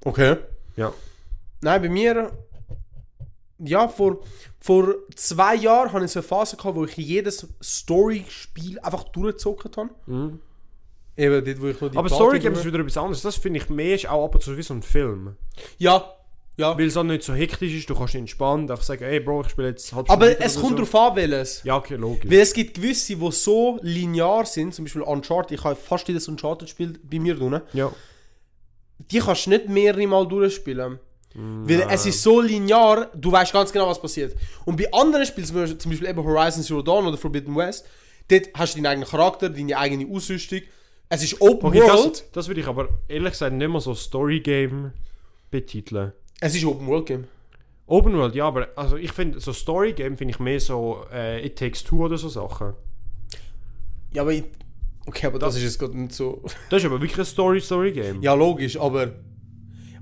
Okay.
Ja.
Nein, bei mir. Ja, vor, vor zwei Jahren hatte ich so eine Phase, gehabt, wo ich jedes Story-Spiel einfach durchgezockt habe. Eben dort, wo ich noch die
Mhm. Aber
Platin
Story Games ist
gemacht-
wieder etwas anderes. Das finde ich mehr ist auch ab und zu wie so ein Film.
Ja, ja.
Weil es auch nicht so hektisch ist, du kannst entspannt einfach sagen, ey Bro, ich spiele jetzt halb
Aber es kommt drauf an, welches.
Ja, okay, logisch.
Weil es gibt gewisse, die so linear sind, zum Beispiel Uncharted, ich habe fast jedes Uncharted-Spiel bei mir drin.
ja.
Die kannst du nicht mehrere Mal durchspielen. Weil es ist so linear, du weißt ganz genau, was passiert. Und bei anderen Spielen, zum Beispiel- zum Beispiel eben Horizon Zero Dawn oder Forbidden West, dort hast du deinen eigenen Charakter, deine eigene Ausrüstung. Es ist Open
Okay,
World.
das, das würde ich aber ehrlich gesagt nicht mehr so Story Game betiteln.
Es ist Open World Game.
Open World, ja, aber also ich finde, so Story Game finde ich mehr so äh, It Takes Two oder so Sachen.
Ja, aber ich, Okay, aber das ist jetzt gerade nicht so.
Das ist aber wirklich ein Story Story Game.
Ja, logisch, aber.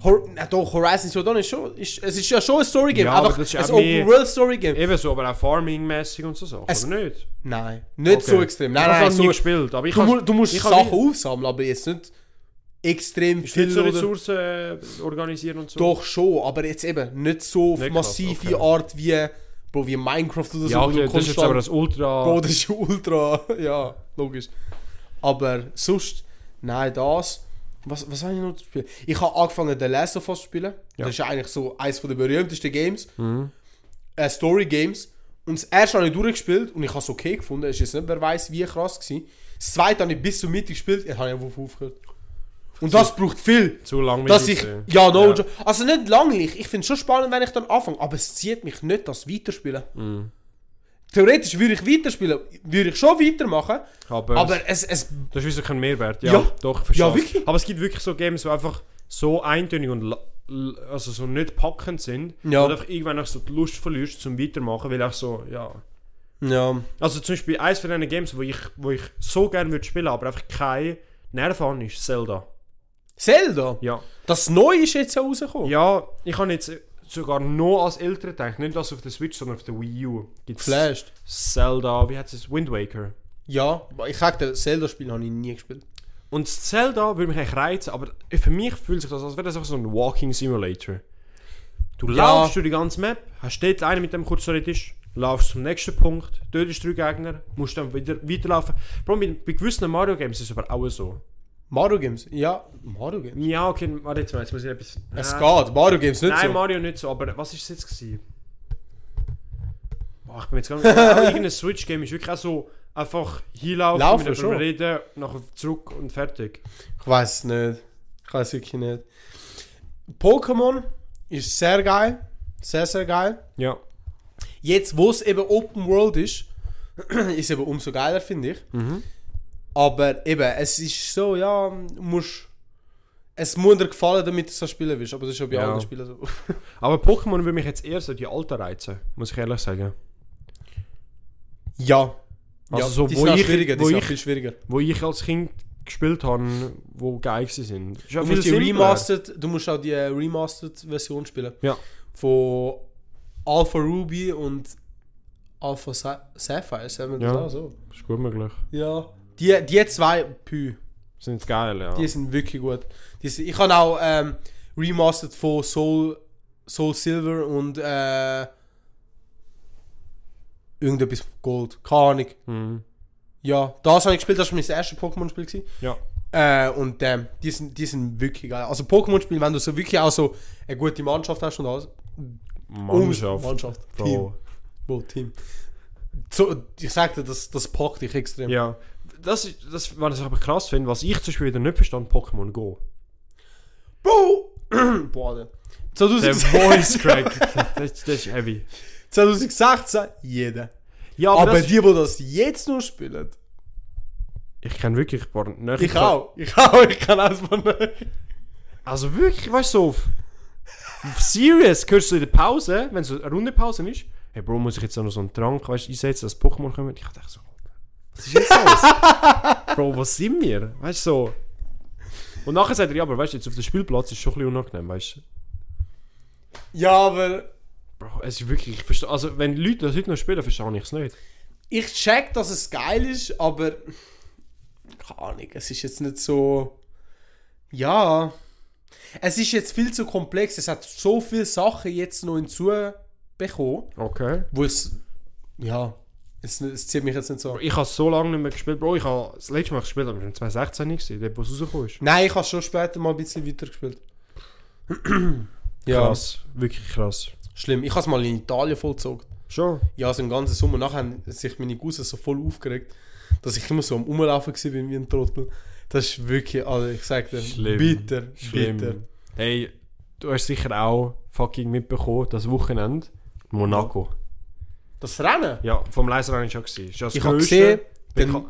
Hor Na doch, Horizon Zero Dawn ist schon. Ist, es ist ja schon ein Story Game,
Ja, aber
einfach
das ist
ein
auch mehr-
Open World Story Game.
Ebenso, aber auch Farming-mäßig und so Sachen,
Es-
oder nicht?
Nein, nicht so extrem. Nein,
ich
nein,
habe nie
so,
gespielt, aber ich
du,
hab-
mu du musst
ich hab
Sachen
wie-
aufsammeln, aber jetzt nicht extrem
Nicht
viel.
so
Oder
Ressourcen äh, organisieren und so.
Doch schon, aber jetzt eben nicht so auf
Nicht krass,
massive
okay.
Art wie, Bro, wie Minecraft oder
Ja,
so. wo also du
okay, das ist jetzt
konstant-
aber das Ultra...
Bro, das ist ultra. ja, logisch. Aber sonst, nein, das. Was, was habe ich noch zu spielen? Ich habe angefangen, The Last of Us zu spielen.
Ja.
Das ist ja eigentlich so eines der berühmtesten Games. Äh, Story Games. Und das erste habe ich durchgespielt und ich habe es okay gefunden. Es ist jetzt nicht, wer weiß, wie krass gewesen. Das zweite habe ich bis zur Mitte gespielt. Ich habe ja auf aufgehört. Und das braucht viel.
Zu lang
Dass ich, ja, no
Ja.
jo- Also nicht langweilig. Ich finde es schon spannend, wenn ich dann anfange. Aber es zieht mich nicht, das Weiterspielen.
Mm.
Theoretisch würde ich weiterspielen, würde ich schon weitermachen.
Aber,
Aber es, es
das ist wirklich kein Mehrwert. Ja,
Ja.
doch, ich verstehe
Ja, wirklich.
Aber es gibt wirklich so Games, die einfach so eintönig und la- l- also so nicht packend sind.
Ja.
Und einfach irgendwann auch so die Lust verlierst zum Weitermachen, weil auch so, ja.
ja.
Also zum Beispiel eins von diesen Games, wo ich, wo ich so gerne würde spielen, aber einfach keine Nerven habe, ist Zelda.
Zelda.
Ja.
Das Neue ist jetzt ja rausgekommen.
Ja, ich habe jetzt sogar noch als Eltern gedacht, nicht als auf der Switch, sondern auf der Wii U. Gibt's
Flashed.
Zelda, wie heißt es? Wind Waker.
Ja, ich sag dir, Zelda-Spiel habe ich nie gespielt.
Und das Zelda würde mich eigentlich reizen, aber für mich fühlt sich das, als wäre das einfach so ein Walking Simulator. Du
Ja.
laufst durch die ganze Map, hast dort einen mit dem kurz redest, laufst zum nächsten Punkt, tötest drei Gegner, musst dann wieder weiterlaufen. Bro, bei, bei gewissen Mario Games ist es aber auch so.
Mario Games. Ja, Mario Games.
Ja, okay, warte jetzt mal, jetzt muss ich etwas...
Es
Nein.
geht, Mario Games nicht
Nein,
so.
Mario nicht so, aber was war es jetzt? Gewesen? Boah, ich bin jetzt gar nicht... Aber Irgendein Switch-Game ist wirklich auch so, einfach hinlaufen,
Laufen
mit jemandem
schon.
reden, nachher zurück und fertig.
Ich weiß es nicht. Ich weiß wirklich nicht. Pokémon ist sehr geil. Sehr, sehr geil.
Ja.
Jetzt, wo es eben Open World ist, ist eben umso geiler,
Mhm.
finde ich. Aber eben, es ist so, ja, musst es muss dir gefallen, damit du so spielen willst. Aber das ist ja bei
Ja.
allen Spielen so.
Aber Pokémon würde mich jetzt eher so die Alten reizen, muss ich ehrlich sagen.
ja.
Also
ja,
so,
die
wo
sind auch
ich-
schwieriger, die
wo
sind auch
ich-
viel schwieriger.
Wo ich als Kind gespielt habe, wo geil sie sind. Ist ja
Du
viel
musst die
simpler.
Remastered, du musst auch die äh, Remastered-Version spielen.
Ja.
Von Alpha Ruby und Alpha Sa Sapphire, sagen wir das
Ja.
auch so.
Ist gut möglich.
Ja. Die, die zwei, pü,
Sind geil, ja.
die sind wirklich gut. Die sind, ich habe auch ähm, Remastered von Soul, Soul Silver und äh, irgendetwas Gold, keine Ahnung.
Mhm.
Ja, das habe ich gespielt, das war mein erstes Pokémon-Spiel. gewesen.
Ja.
Äh, und ähm, die, sind, die sind wirklich geil. Also Pokémon-Spiel, wenn du so wirklich auch so eine gute Mannschaft hast und alles.
Mannschaft.
Um- Mannschaft. Team.
Bro.
Bro, Team. So, ich sagte, das, das packt dich extrem.
Ja. Das, ist- das, was ich aber krass finde, was ich zum Beispiel wieder nicht verstand, Pokémon Go.
Bro! Boah, der.
Der
2016,
Voice Crack. das, das ist heavy.
2016 jeder.
Ja, aber,
Aber,
das,
die, die das jetzt noch spielen,
ich kenne wirklich ein paar Nächte.
ich auch. Ich auch, ich kann alles von euch.
Also wirklich, weißt du, so auf, auf Serious hörst du in der Pause, wenn so eine Runde Pause ist, hey Bro, muss ich jetzt noch so einen Trank, weißt du, einsetzen, dass Pokémon kommen? Ich dachte so, was ist jetzt los? Bro, was sind wir? Weißt du, so. Und nachher sagt er, ja, aber weißt du, jetzt auf dem Spielplatz ist schon ein bisschen unangenehm, weißt du.
Ja, aber
Bro, es ist wirklich, ich verstehe, also wenn Leute das heute noch spielen, verstehe ich es nicht.
ich check, dass es geil ist, aber. Keine Ahnung, es ist jetzt nicht so. Ja. Es ist jetzt viel zu komplex. Es hat so viele Sachen jetzt noch hinzubekommen,
Okay.
wo es. Ja. Es, es zieht mich jetzt nicht so.
Ich habe es so lange nicht mehr gespielt, Bro, ich habe das letzte Mal gespielt, aber ich war 2016 nicht, gewesen, dort, wo es rausgekommen ist.
Nein, ich habe schon später mal ein bisschen weitergespielt. ja,
Krass, wirklich krass.
schlimm. Ich habe es mal in Italien vollzogen.
Schon.
Ja, so im ganzen Sommer. Nachher haben sich meine Cousins so voll aufgeregt, dass ich immer so am Umlaufen war wie ein Trottel. Das ist wirklich, also ich sag dir,
Schlimm.
bitter,
Schlimm.
bitter.
Hey, du hast sicher auch fucking mitbekommen, das Wochenende. Monaco.
Das Rennen?
Ja, vom Leiser habe ich schon gesehen. Ist ja das
Ich habe
grösste-
gesehen,
Beka-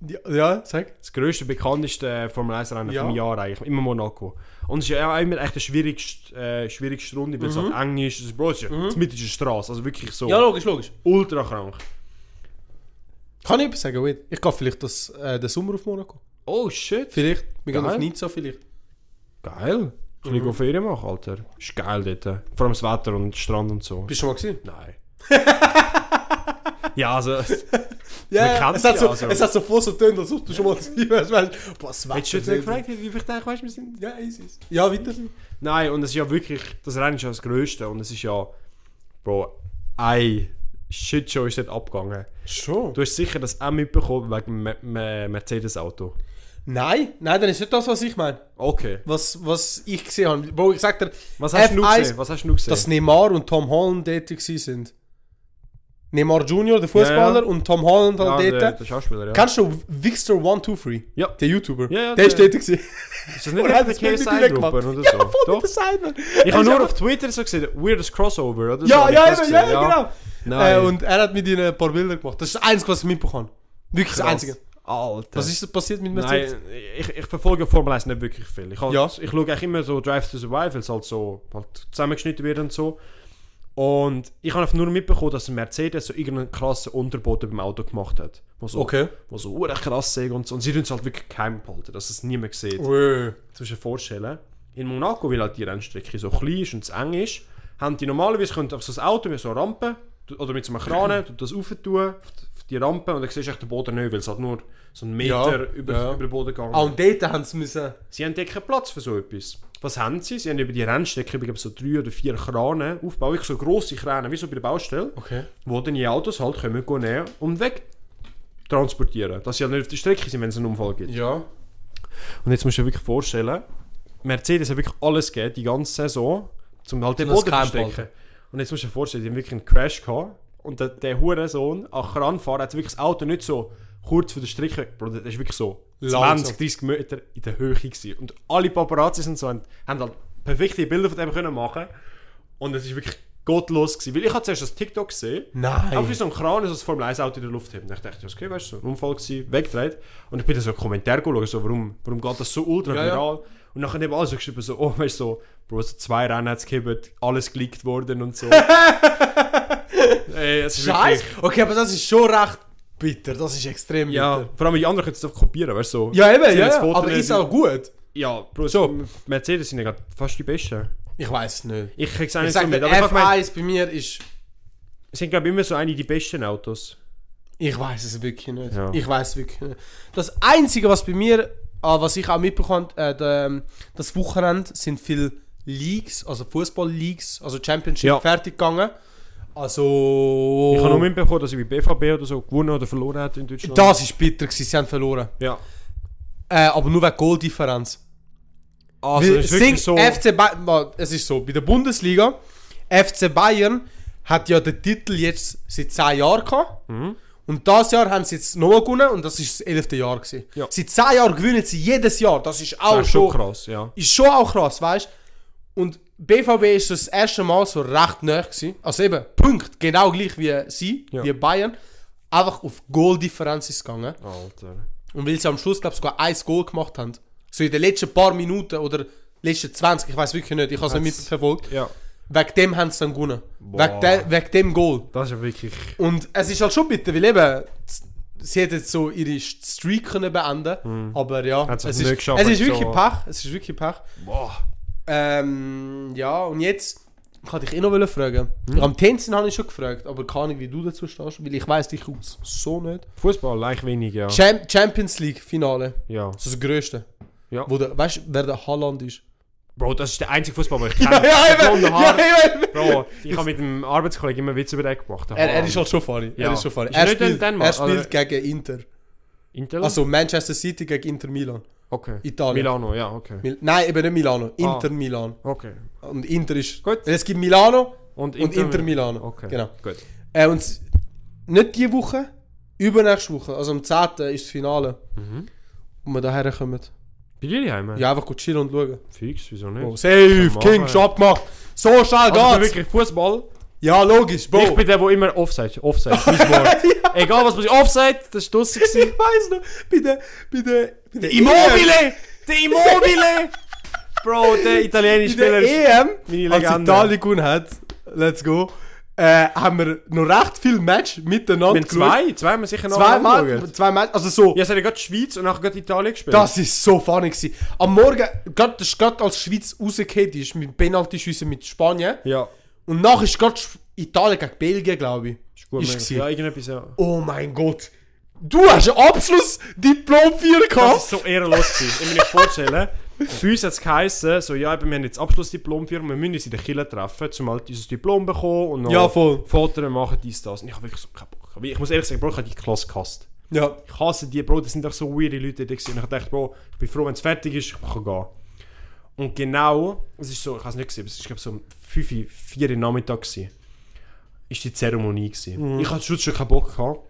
den, ja, ja, sag.
das grösste, bekannteste Formel 1 Rennen
Ja.
vom Jahr eigentlich, immer Monaco. Und es ist ja auch immer echt die schwierigste, äh, schwierigste Runde, weil es
Mhm.
halt eng ist, es Bro, es ist ja mhm. mit der Straße, also wirklich so
logisch, logisch.
ultra krank.
Kann ich etwas sagen, wait. Ich gehe vielleicht das, äh, den Sommer auf Monaco.
Oh shit.
Vielleicht. Wir gehen
Geil.
auf Nizza vielleicht.
Geil. Kann ich mhm. Ferien machen, Alter. Ist geil dort. äh. Vor allem das Wetter und Strand und so.
Bist du schon mal gesehen?
Nein. ja, also...
Ja,
kennt's
es hat,
ja,
so,
also.
es hat so voll so tönt, als ob du schon mal gesehen hast. Weißt, boah, das
Hättest du jetzt nicht gefragt, wie viel Tage weißt du, wir sind...
Ja, easy. Ja, weiter.
Nein, und es ist ja wirklich, das Rennen ist ja das Größte und es ist ja, Bro, ein Shitshow ist dort abgegangen.
Schon.
Du hast sicher das auch mitbekommen wegen dem Me- Me- Mercedes-Auto.
Nein, nein, dann ist nicht das, was ich meine.
Okay.
Was, was ich gesehen habe. Bro, ich sag dir,
Was hast du
F1
gesehen? Was hast du gesehen?
dass Neymar und Tom Holland dort sind. Neymar Junior, der Fußballer,
Ja, ja.
und Tom Holland
ja,
halt
der,
dort.
der Schauspieler, ja.
Kannst du Wixter123?
Ja.
Der YouTuber.
Ja, ja,
der
der-
ist dort. gewesen.
Ist das nicht
Und
der
hat das Bild mit
KSI-Gruppe
weggemacht.
oder so?
Ja, voll
Doch.
mit der Seite.
Ich habe nur auf Twitter so gesehen, weirdes Crossover, oder?
Ja,
so,
ja,
hab ich das
eben, ja,
gesehen,
ja, genau.
Nein.
Äh, und er hat mit ihnen ein paar Bilder gemacht. Das ist das Einzige, was ich mitbekommen habe. Wirklich das
Krass.
Einzige.
Alter.
Was ist passiert mit Mercedes?
Nein, ich, ich verfolge Formel 1 nicht wirklich viel. Ich, halt,
Ja.
ich schaue eigentlich immer so Drive to Survive, weil es halt so halt zusammengeschnitten wird und so. Und ich habe einfach nur mitbekommen, dass ein Mercedes so irgendeinen krassen Unterboden beim Auto gemacht hat. Wo so,
Okay.
Wo so ur krass sind und so. Und sie tun es halt wirklich geheim behalten, dass es niemand sieht.
Uäh.
Jetzt musst du dir vorstellen, in Monaco, weil halt die Rennstrecke so klein ist und es eng ist, haben die normalerweise könnt auf so ein Auto mit so einer Rampe du- oder mit so einem Kran tut das rauf tun, auf die- auf die Rampe und dann siehst du echt den Boden nicht, weil es halt nur so einen Meter
Ja,
über,
ja.
über den Boden gegangen
Ah, und dort haben sie müssen.
Sie haben dort keinen Platz für so etwas. Was haben sie? Sie haben über die Rennstrecke übrigens so drei oder vier Krane aufgebaut, wirklich so grosse Krane, wie so bei der Baustelle,
Okay.
wo dann die Autos halt können gehen nehmen und weg transportieren, dass sie halt nicht auf der Strecke sind, wenn es einen Unfall gibt.
Ja.
Und jetzt musst du dir wirklich vorstellen, Mercedes hat wirklich alles gegeben, die ganze Saison, um halt den
Zum
Boden
das
zu
Camp
verstecken.
halten.
Und jetzt musst du dir vorstellen, die haben wirklich einen Crash gehabt. Und der, der Hurensohn, an den Ranfahrer, hat wirklich das Auto nicht so kurz vor der Strecke, Bro, der ist wirklich so
Langsam.
20, 30 Meter in der Höhe gewesen. Und alle Paparazzis und so haben, haben halt perfekte Bilder von dem können machen Und es ist wirklich gottlos gewesen. Weil ich habe zuerst das TikTok gesehen.
Nein.
Einfach wie so ein Kran, so ein Formel-1-Auto in der Luft hebt. Und ich dachte, okay, weißt du, so ein Unfall gewesen, weggedreht. Und ich bin dann so einen Kommentar geschaut, so, warum, warum geht das so ultra
Ja, ja.
viral? Und Und nachher haben alle so geschrieben, so, oh, weißt du, so, Bro, so zwei Rennen hat es gegeben, alles geleakt worden und so. Ey, es ist
Scheiße.
wirklich-
Okay, aber das ist schon recht bitter. Das ist extrem
Ja,
bitter.
vor allem die anderen können es einfach kopieren, weißt du? So.
Ja, eben,
Sie haben
ja.
das
ja.
Foto
Aber
nicht-
ist auch gut.
Ja, Bro,
So.
so. Mercedes sind ja gerade fast die Besten.
Ich weiß es nicht.
Ich krieg's
Ich
eigentlich so
sage,
mit,
der
aber ich hab gemeint,
F1 bei mir ist.
es sind, glaube ich, immer so eine die besten Autos.
Ich weiß es wirklich nicht.
Ja.
Ich weiß es wirklich nicht. Das Einzige, was bei mir, ah, was ich auch mitbekommen äh, der, ähm, das Wochenende sind viele Leagues, also Fußball-Leagues, also Championship
Ja.
fertig gegangen. Also.
Ich habe noch mitbekommen, dass ich bei BVB oder so gewonnen oder verloren hat in Deutschland.
das ist bitter, gewesen, sie haben verloren.
Ja.
Äh, aber nur wegen Goaldifferenz.
Also,
Weil
das ist wirklich so.
Sing- FC Bayern, mal, es ist so, bei der Bundesliga, FC Bayern hat ja den Titel jetzt seit 10 Jahren gehabt.
Mhm.
Und das Jahr haben sie jetzt nochmal gewonnen und das ist das 11. Jahr gewesen.
Ja.
Seit 10 Jahren gewinnen sie jedes Jahr. Das ist auch
das ist schon
schon,
krass, ja.
ist schon auch krass, weißt du? Und BVB ist so das erste Mal so recht nah gewesen. Also eben, Punkt, genau gleich wie sie,
Ja.
wie Bayern. Einfach auf Goaldifferenz ist es gegangen.
Alter.
Und weil sie am Schluss, glaube ich, sogar ein Goal gemacht haben. So in den letzten paar Minuten oder letzten 20, ich weiß wirklich nicht, ich habe es nicht
Hat's-
mitverfolgt.
Ja.
Wegen dem haben sie dann gewonnen.
Boah.
Wegen, de, wegen dem Goal.
Das ist ja wirklich.
Und es ist halt schon bitter, weil eben, z- sie hätten jetzt so ihre Streak können beenden aber ja,
Hm. Hat's
es
nicht
ist,
geschafft,
es ist
so.
wirklich Pech, es ist wirklich Pech.
Boah.
Ähm, ja, und jetzt, ich wollte dich eh noch wollen fragen.
Hm?
Am Tänzen habe ich schon gefragt, aber keine Ahnung, wie du dazu stehst, weil ich weiß dich aus so nicht.
Fußball, leicht wenig, ja.
Cham Champions League Finale.
ja.
Das ist das Größte.
Ja.
Wo der, weißt du, wer der Holland ist?
Bro, das ist der einzige Fußball, den ich kenne. Der blonde Haar. Bro, ich habe mit dem Arbeitskollegen immer Witze über den gemacht.
Er, er ist halt schon funny. Er
Ja.
ist schon funny.
Ist er
Er
nicht
spielt,
der Dänemark,
er spielt
oder?
gegen Inter.
Intel?
Also Manchester City gegen Inter Milan.
okay.
Italien.
Milano, ja, okay.
Mil Nein, eben nicht Milano.
Ah.
Inter Milan.
Okay.
Und Inter ist...
Gut.
Es gibt Milano
Und
und Inter, Milano.
Okay.
Genau.
Gut.
Äh, und s- nicht diese Woche, übernächste Woche, also am 10. ist das eh, Finale.
Mhm.
Und wir daher kommen.
Bei dir heim?
Ja, einfach gut chillen und schauen.
Fix, wieso
Oh,
nicht?
safe,
machen
King,
wir.
Shop gemacht. So schnell
Also
geht's.
wirklich Fußball.
Ja, logisch, Bro.
Ich bin der, der immer Offside, Offside, mein Wort. Egal was passiert, Offside, das ist draussen gewesen.
Ich weiß noch, bei der, bei der, bei der E
Immobile! Der Immobile! Bro, der italienische
EM,
Spieler
bei der E
ist...
EM
Meine
als
Legende.
Italien gewonnen hat, let's go, äh, haben wir noch recht viele Match miteinander
Mit zwei? Zwei haben wir sicher noch
Zweimal,
angeschaut.
zwei Match, also so,
Ja, es hat ja gerade die Schweiz und nachher gerade Italien gespielt.
das ist so funny gewesen. Am Morgen, gerade das ist gerade als Schweiz rausgekehrt ist, mit Penaltyschüssen mit Spanien,
Ja.
und nachher ist gerade Sch- Italien gegen Belgien, glaube ich.
Ist gut,
Ist
möglich.
gewesen.
Ja, irgendetwas, ja.
Oh mein Gott. Du hast einen Abschluss-Diplom 4
Das
gehabt.
ist so ehrenlos gewesen. Ich muss mir vorstellen, für uns hat es geheissen, so, ja, eben, wir haben jetzt Abschlussdiplom für und wir müssen uns in der Kille treffen, um halt dieses Diplom zu bekommen und noch
Ja, voll.
Fotos machen, dies, das. Und ich habe wirklich so keinen Bock. Ich muss ehrlich sagen, Bro, ich habe die Klasse gehasst.
Ja.
Ich hasse die, Bro, das sind doch so weirde Leute da gewesen. Und ich dachte, Bro, ich bin froh, wenn es fertig ist, ich kann gehen. Und genau, es ist so, ich habe es nicht gesehen, aber es war glaube so um 5, Uhr, 4 Uhr Nachmittag gewesen. Ist die Zeremonie gewesen. Ich hatte schon schon keinen Bock gehabt.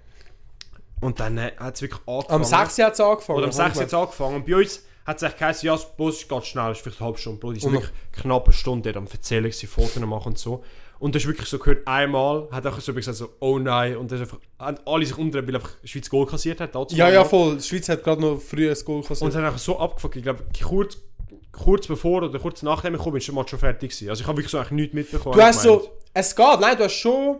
Und dann äh, hat es wirklich angefangen.
Am 6. hat es angefangen.
Oder am 6
Moment.
jetzt angefangen. Und bei uns hat es echt geheißen, ja, das Bus geht schnell, ist vielleicht eine halbe Stunde. Bro, die sind
Und
wirklich knapp eine Stunde dort am Erzählen, gewesen, Fotos machen und so. Und das ist wirklich so gehört, einmal hat auch so jemand gesagt, so, oh nein. Und das ist einfach, haben alle sich umgedreht, weil einfach Schweiz Goal kassiert hat. dazu
Ja,
mal.
ja, voll. Die Schweiz hat gerade noch früher ein Goal kassiert.
Und es hat einfach so abgefuckt. Ich glaube, kurz, kurz bevor oder kurz nachdem ich kam, ist der Match schon fertig gewesen. Also ich habe wirklich so eigentlich nichts mitbekommen.
Du
hab ich
hast
gemeint.
so. Es geht, nein, du hast schon.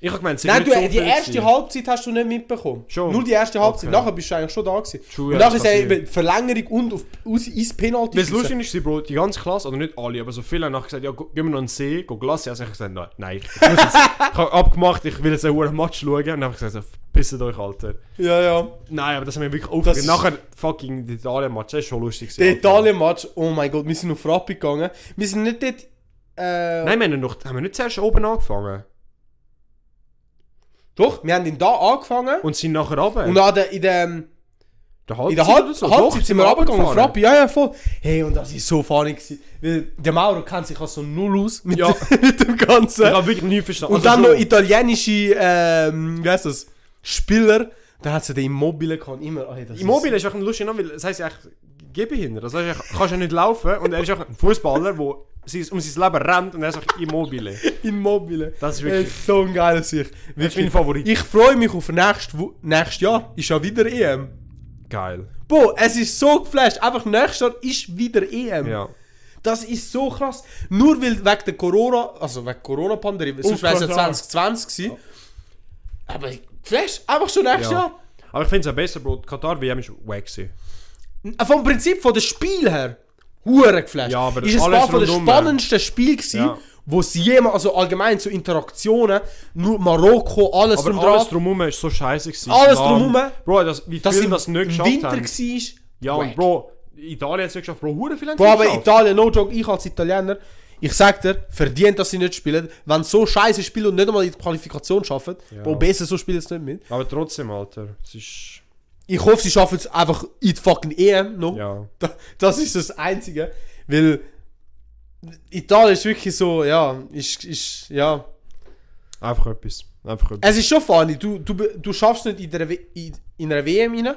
Ich habe gemeint, es sind
Nein,
nicht
du,
so
die
viele
erste
gewesen.
Halbzeit hast du nicht mitbekommen.
Schon.
Nur die erste Halbzeit.
Okay.
Nachher bist du eigentlich schon da gewesen.
True,
und
ja,
nachher
das
ist ja
passiert.
eben Verlängerung und auf, aus, ins Penalty.
Das
geschossen.
Lustige ist, Bro, die ganze Klasse, also nicht alle, aber so viele haben nachher gesagt, ja, go- gehen wir noch an den See, gehen Glasse essen. Ich habe gesagt, nein, nein. Ich, muss jetzt- ich habe abgemacht, ich will jetzt einen hohen Match schauen. Und dann habe ich gesagt, so, pisset euch, Alter.
Ja, ja.
Nein, aber das haben wir wirklich
Das
aufgeregt.
ist-
Nachher fucking der Italien-Match, das ist schon lustig.
Der
gewesen, Alter.
Italien-Match, oh mein Gott, wir sind auf Rappi gegangen. Wir sind nicht dort. Äh,
Nein, wir haben, ja noch, haben wir nicht zuerst oben angefangen.
Doch, wir haben ihn da angefangen.
Und sind nachher runter.
Und an der, in der.
der
In der
oder
Halb
so.
Halbzeit
Doch,
sind wir runtergegangen,
runtergefahren.
Frappi, ja, ja, voll. Hey, und das ist so funny gewesen. Weil der Mauro kennt sich also null aus mit,
Ja.
mit dem Ganzen.
Ich habe wirklich nichts verstanden.
und
Also
dann
so-
noch italienische, ähm, wie heißt das, Spieler. Da hat sie den Immobile gehabt, immer. Oh, hey, das
Immobile ist auch ein lustiger Name, weil es heisst ja echt Gehbehinderter. Das heißt, er kann ja nicht laufen und er ist auch ein Fußballer, der um sein Leben rennt und er ist auch Immobile.
Ist Immobile.
Das ist
Äh,
wirklich
so ein geiler Sicht.
mein Favorit.
Ich freue mich auf nächstes, nächstes Jahr. Ist ja wieder EM.
geil.
Boah, E es ist so geflasht. Einfach nächstes Jahr ist wieder EM.
Ja.
Das ist so krass. Nur weil wegen der Corona, also wegen Corona-Pandemie,
Oh,
sonst wäre es ja
klar.
2020 gewesen. Aber Flash, einfach schon nächstes
ja.
Jahr.
Aber ich finde es ja besser, Bro. Die Katar WM ist wack. gewesen.
Äh, Vom Prinzip von dem Spiel her, hure geflasht.
Ja, aber
ist es
alles
war von den
rundum.
spannendsten Spielen gewesen,
Ja.
wo es jemals, also allgemein so Interaktionen, nur Marokko, alles
Aber
drum
alles
drauf,
drumherum ist so scheiße gewesen.
Alles
Dann-
drumherum.
Bro, das, wie
dass
viel
im
das nicht geschafft
Winter
haben.
war.
Ja, und
wack.
Bro, Italien hat es nicht geschafft. Bro, hure viel haben
Boah,
sie
aber
geschafft.
Italien, no joke, ich als Italiener, ich sag dir, verdient, dass sie nicht spielen. Wenn sie so scheiße spielen und nicht einmal in die Qualifikation schaffen, ja. Bro, besser so spielen sie nicht mit.
Aber trotzdem, Alter. Es ist...
Ich hoffe, sie schaffen es einfach in die fucking EM noch.
Ja.
Da- Das ist das Einzige. Weil Italien ist wirklich so, ja, ist, ist, ja.
Einfach etwas. Einfach etwas.
Es ist schon funny, du, du, be- du schaffst nicht in, der, W- in, in einer WM rein,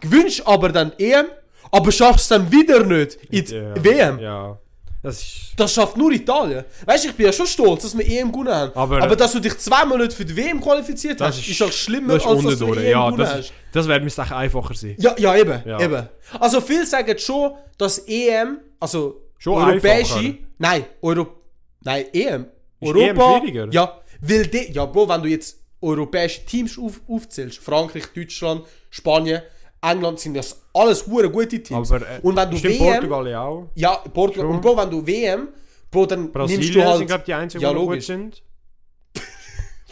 gewünscht aber dann EM, aber schaffst es dann wieder nicht in die
Ja.
WM.
Ja. Das ist...
Das schafft nur Italien. Weißt du, ich bin ja schon stolz, dass wir EM gewonnen haben.
Aber- äh,
Aber, dass du dich zweimal nicht für die WM qualifiziert hast, ist, doch schlimmer, als dass du
unten
eine
durch.
EM
Ja,
gewonnen
das,
hast.
ist- das wäre mir echt einfacher sein.
Ja, ja, eben,
Ja.
eben. Also viele sagen schon, dass EM, also
Schon
europäische,
einfacher.
nein, Euro, nein, EM,
Ist EM
Europa,
schwieriger?
ja, weil die, ja, Bro, wenn du jetzt europäische Teams auf, aufzählst, Frankreich, Deutschland, Spanien, England, sind das alles hure gute Teams.
Aber äh,
und wenn du
stimmt
WM,
Portugal ja auch.
ja, Portugal, und Bro, wenn du WM, Bro, dann nimmst du
Brasilien
halt,
sind, glaube ich, die einzigen,
ja,
die noch gut
logisch.
sind.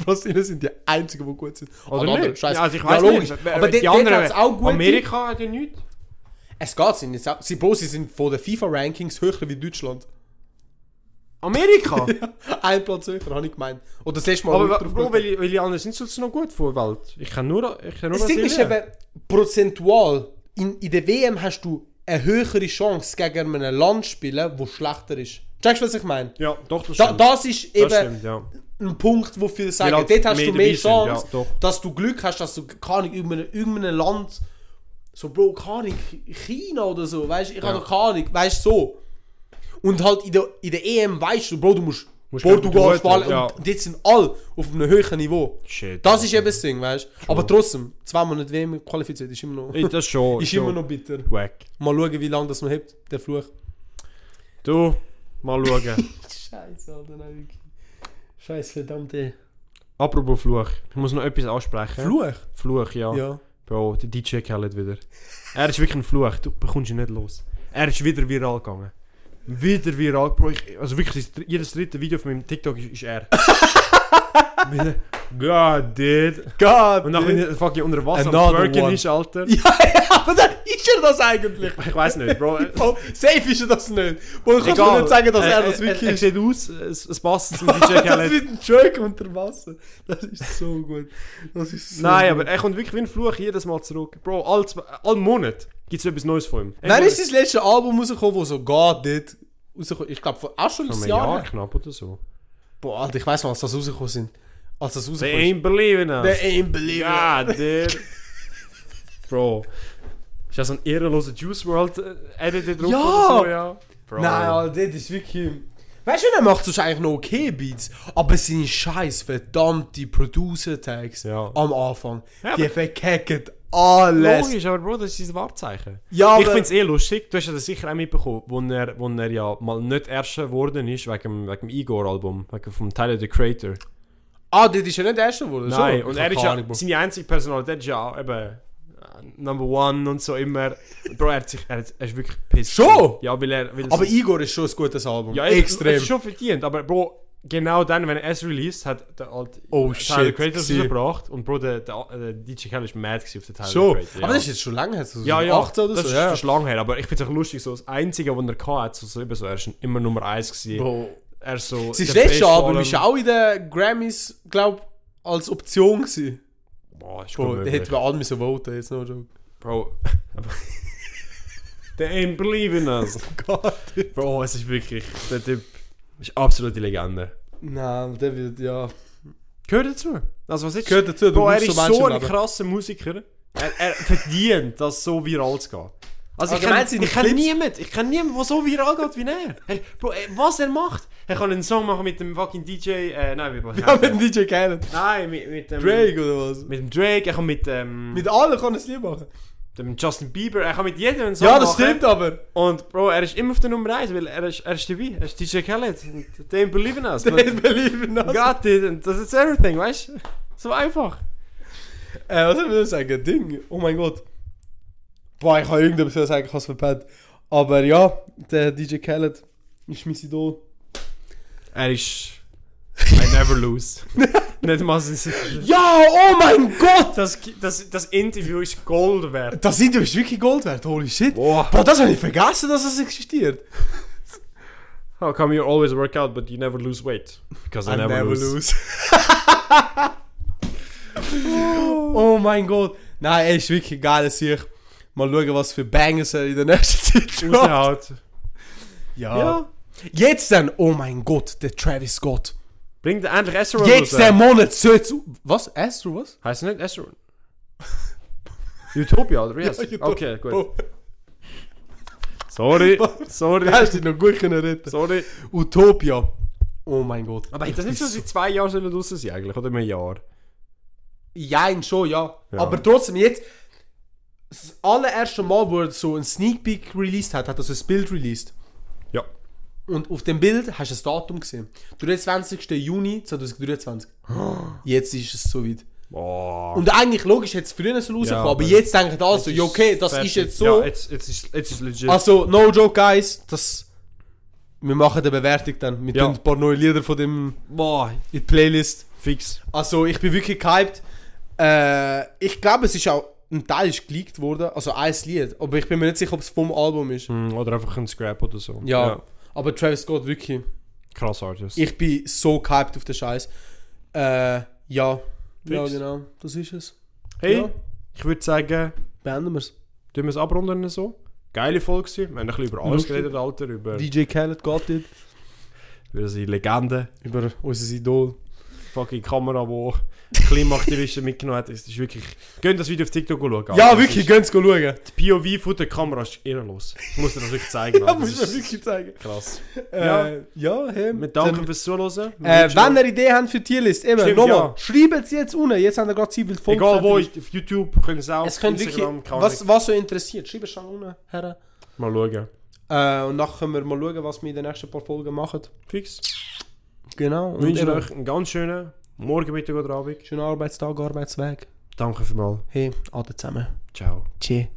Brasilien sind die einzigen, die gut sind.
Oder
Alle anderen,
nicht?
scheisse.
Oh, Ja, also ich
Ja,
weiß
logisch.
nicht.
Aber die, die anderen, auch gut.
Amerika hat ja nichts.
Es geht sie nicht. Sie, Bro, sie sind von den FIFA-Rankings höher wie Deutschland.
Amerika?
Ein Platz höher, habe ich gemeint. Oder das letzte Mal
aber
wo ich
wa-
drauf
Bro,
geschaut habe.
welche, welche anderen sind sonst noch gut von der Welt? Ich kann nur, ich kann nur
Das Ding ist
Brasilien.
eben, prozentual, in, in der WM hast du eine höhere Chance gegen ein Land zu spielen, das schlechter ist. Checkst du, was ich meine?
Ja, doch, das
Da,
stimmt.
das ist eben
das stimmt, ja.
ein Punkt, wo viele sagen,
halt
dort hast
mehr
du
dabei
mehr
sind,
Chance,
ja, doch.
dass du Glück hast, dass du keine Ahnung, in irgendeinem Land, so Bro, keine Ahnung, China oder so, weißt du, ich habe noch keine Ahnung, weißt du, so. Und halt in der, in der EM weißt du, Bro, du musst,
Musst
Portugal,
gegen die Guten,
Spanien,
ja.
und dort sind alle auf einem höheren Niveau.
Shit.
Das ist eben das Ding, weißt du. Aber trotzdem, zweimal nicht WM qualifiziert, ist immer noch,
Ey, Das schon.
ist
schon
immer noch bitter.
Wack.
Mal schauen, wie lange das noch hebt, der Fluch.
Du, mal schauen.
Scheiße, Alter, nein, wirklich. Scheiße, verdammte.
Apropos Fluch. Ich muss noch etwas ansprechen.
Fluch?
Fluch, ja.
Ja.
Bro, der DJ Khaled wieder. Er ist wirklich ein Fluch, du bekommst ihn nicht los. Er ist wieder viral gegangen. Wieder viral. Bro, ich, also wirklich, das dr- jedes dritte Video von meinem TikTok ist, ist er. Wieder- God, dude.
God,
Und nachher bin ich fucking unter Wasser am
Another
Twerken
one.
ist, Alter.
Ja, ja, aber dann ist er das eigentlich.
Ich weiß nicht, Bro. Eh,
Oh, safe ist er das nicht. Wo ich kann nicht sagen,
Äh,
dass er das wirklich
Er
ist.
sieht aus, es, es passt zum DJ
das
Khaled.
wird ein Joke unter Wasser. Das ist so gut. Das ist so
Nein,
gut.
aber er kommt wirklich wie ein Fluch jedes Mal zurück. Bro, all, zwei- all Monat gibt es etwas Neues von ihm. Er
Wann
kommt-
ist das letzte Album rausgekommen, wo so God did? Rausgekommen? Ich glaube, auch schon
Vor
ein
einem
Jahr.
Jahr
her.
knapp oder so.
Boah, Alter, ich weiß noch, als das rausgekommen sind. Als das
They
rausgekommen ist.
ain't believing us.
They ain't believe it.
Ja, dude. Bro. Ist das ein ehrenloser Juice World äh, Edit da drauf
Ja. Nou,
oder so, ja? Bro.
Nein, Alter, das ist wirklich... Weißt du, er macht sonst eigentlich noch okay Beats, aber seine scheiß verdammte Producer-Tags
Ja.
am Anfang,
Ja,
die
aber-
verkacken alles.
Logisch, aber Bro, das ist sein Wahrzeichen.
Ja,
ich
aber-
find's eh lustig, du hast ja das sicher auch mitbekommen, wo er, wo er ja mal nicht erster geworden ist wegen, dem- wegen dem Igor-Album, wegen vom Tyler the Creator.
Ah, das ist ja nicht der erste geworden.
Nein,
schon.
und
Ich
er
hab
ist
keine
ja,
Ahnung, Bro.
seine einzige Personalität ist ja eben äh, Number One und so immer. Bro, er, hat sich, er, hat- er ist wirklich pissed.
Schon?
Ja, weil er... Weil
Aber
so-
Igor ist schon ein gutes Album.
Ja, extrem.
Extrem.
Es ist schon verdient, aber Bro, genau dann, wenn er es released hat, der alte
Oh,
Tyler
shit,
Creator
gsi.
rausgebracht und Bro, der, der, äh, der DJ Kelly ist mad gewesen auf den Tyler
schon.
Creator. Ja.
Aber das ist jetzt schon lange her, so
ja, ja,
18 oder
das
so.
ist,
ja.
das ist lang her, aber ich finde es auch lustig, so das Einzige, was er gehabt hat, so, so, eben so, er ist immer Nummer 1 gewesen.
Bro.
Er ist so...
Sein
der
letztes
Beste von
Album
allem.
ist auch in den Grammys, glaube ich, als Option gewesen.
Boah, ist
Bro,
gut
da
möglich.
hätten wir alle müssen voten, jetzt no joke.
Bro... They ain't believing us.
Oh Gott.
Bro, es ist wirklich... Der Typ ist absolute Legende.
Nein, der wird, ja...
Gehört dazu. Also was ist...
Gehört dazu, du
Bro, er
musst
ist
so Menschen
so ein
leben.
krasser Musiker. Er, er verdient, dass so viral zu gehen. Also ich
Allgemein
kenne
seine
ich kenn
Clips-
niemanden, ich kenne niemanden, der so viral geht wie er. er. Bro, ey, was er macht? Er kann einen Song machen mit dem fucking DJ, äh, nein, mit,
Ja, mit dem DJ Khaled.
nein, mit, mit dem
Drake oder was?
mit dem ehm, Drake, er kann mit, ähm,
Mit allen kann er es lieb machen.
Dem Justin Bieber, er kann mit jedem einen Song
Ja, das
machen.
stimmt aber.
Und Bro, er ist immer auf der Nummer 1, weil er ist, er ist dabei. Er ist DJ Khaled. Und They believe in us. But
Don't believe in us.
God didn't. Das ist everything, weißt du? So einfach.
Äh, was soll ich denn sagen? Ding. Oh mein Gott. Boah, ich kann irgendetwas sagen, ich habe es verpennt. Aber ja, der DJ Khaled ist mein Idol.
Er ist. I never lose. Nicht mal so-
Ja, oh mein Gott!
das, das, das Interview ist Gold wert.
Das Video ist wirklich Gold wert, holy shit.
Boah.
Boah, das habe ich vergessen, dass es existiert.
How come you always work out but you never lose weight? Because I, never, lose.
oh mein Gott. Nein, er ist wirklich geil, sicher. Mal schauen, was für Bangers er in der nächsten Zeit macht.
Raushaut.
Ja.
Ja.
Jetzt dann, oh mein Gott, der Travis Scott.
Bringt endlich Astro
Jetzt der Monat so jetzt. Was? Astro, was?
Heißt nicht Astro? Utopia, oder wie heißt
Utopia.
Okay, gut.
Oh,
Sorry,
da
sorry,
hast du dich noch gut können retten.
sorry.
Utopia. Oh mein Gott.
Aber hat das nicht
bin
so seit zwei Jahren sollen draussen sein eigentlich? Oder in einem Jahr?
Jein, schon, ja.
Ja.
Aber trotzdem, jetzt. Das allererste Mal, wo er so einen Sneak Peek released hat, hat er so ein Bild released.
Ja.
Und auf dem Bild hast du das Datum gesehen. 23. Juni 2023. Jetzt ist es soweit.
Boah.
Und eigentlich logisch hätte es früher so rausgekommen, aber,
aber
jetzt denken alle so, ja okay, das ist jetzt so.
Ja, jetzt, jetzt, ist, jetzt ist legit.
also, no joke, guys, das... Wir machen eine Bewertung dann. Wir
Ja.
tun ein paar neue Lieder von dem
boah,
in die Playlist.
fix.
Also ich bin wirklich gehypt. Äh, ich glaube, es ist auch ein Teil ist geleakt worden, also ein Lied. Aber ich bin mir nicht sicher, ob es vom Album ist.
Hm, Oder einfach ein Scrap oder so.
Ja. Aber Travis Scott wirklich.
Krass Artist.
Ich bin so gehypt auf den Scheiß. Äh, ja. Ja,
Fix.
genau. Das ist es.
hey,
Ja.
ich würde sagen,
Beenden wir's.
tun wir es abrunden so. Geile Folge gewesen. Wir haben ein bisschen über alles
Lustig.
geredet, Alter. Über,
DJ Khaled got it.
über seine Legende.
Über unser Idol.
Fucking Kamera, wo Klimaaktivisten mitgenommen hat. Es ist wirklich... Gehen das Video auf TikTok schauen. Alter.
Ja,
Das
wirklich,
ist-
geht's go schauen.
Die POV von der Kamera ist ehrenlos. Ich muss dir das wirklich zeigen.
Ja,
Alter.
muss
Das
man
ist
wirklich zeigen.
Krass.
Äh, ja, hey.
Wir danken fürs Zuhören. Wir
Äh,
wünschen
wenn
euch-
ihr Ideen habt für die Tierlist, immer,
Stimmt,
nochmal,
ja.
schreibt es jetzt unten. Jetzt haben wir gerade ziemlich voll
Egal wo, auf YouTube, können sie auch,
Es könnte wirklich,
keine
was,
Ahnung.
was so interessiert, schreibt es schon unten her.
Mal schauen.
Äh, und nachher können wir mal schauen, was wir in den nächsten paar Folgen machen.
Fix.
Genau.
Ich
Und
wünsche
eben,
euch einen ganz schönen Morgen, Mittag oder Abend.
schönen Arbeitstag, Arbeitsweg.
Danke vielmals.
Hey, alle zusammen.
Ciao.
Tschüss.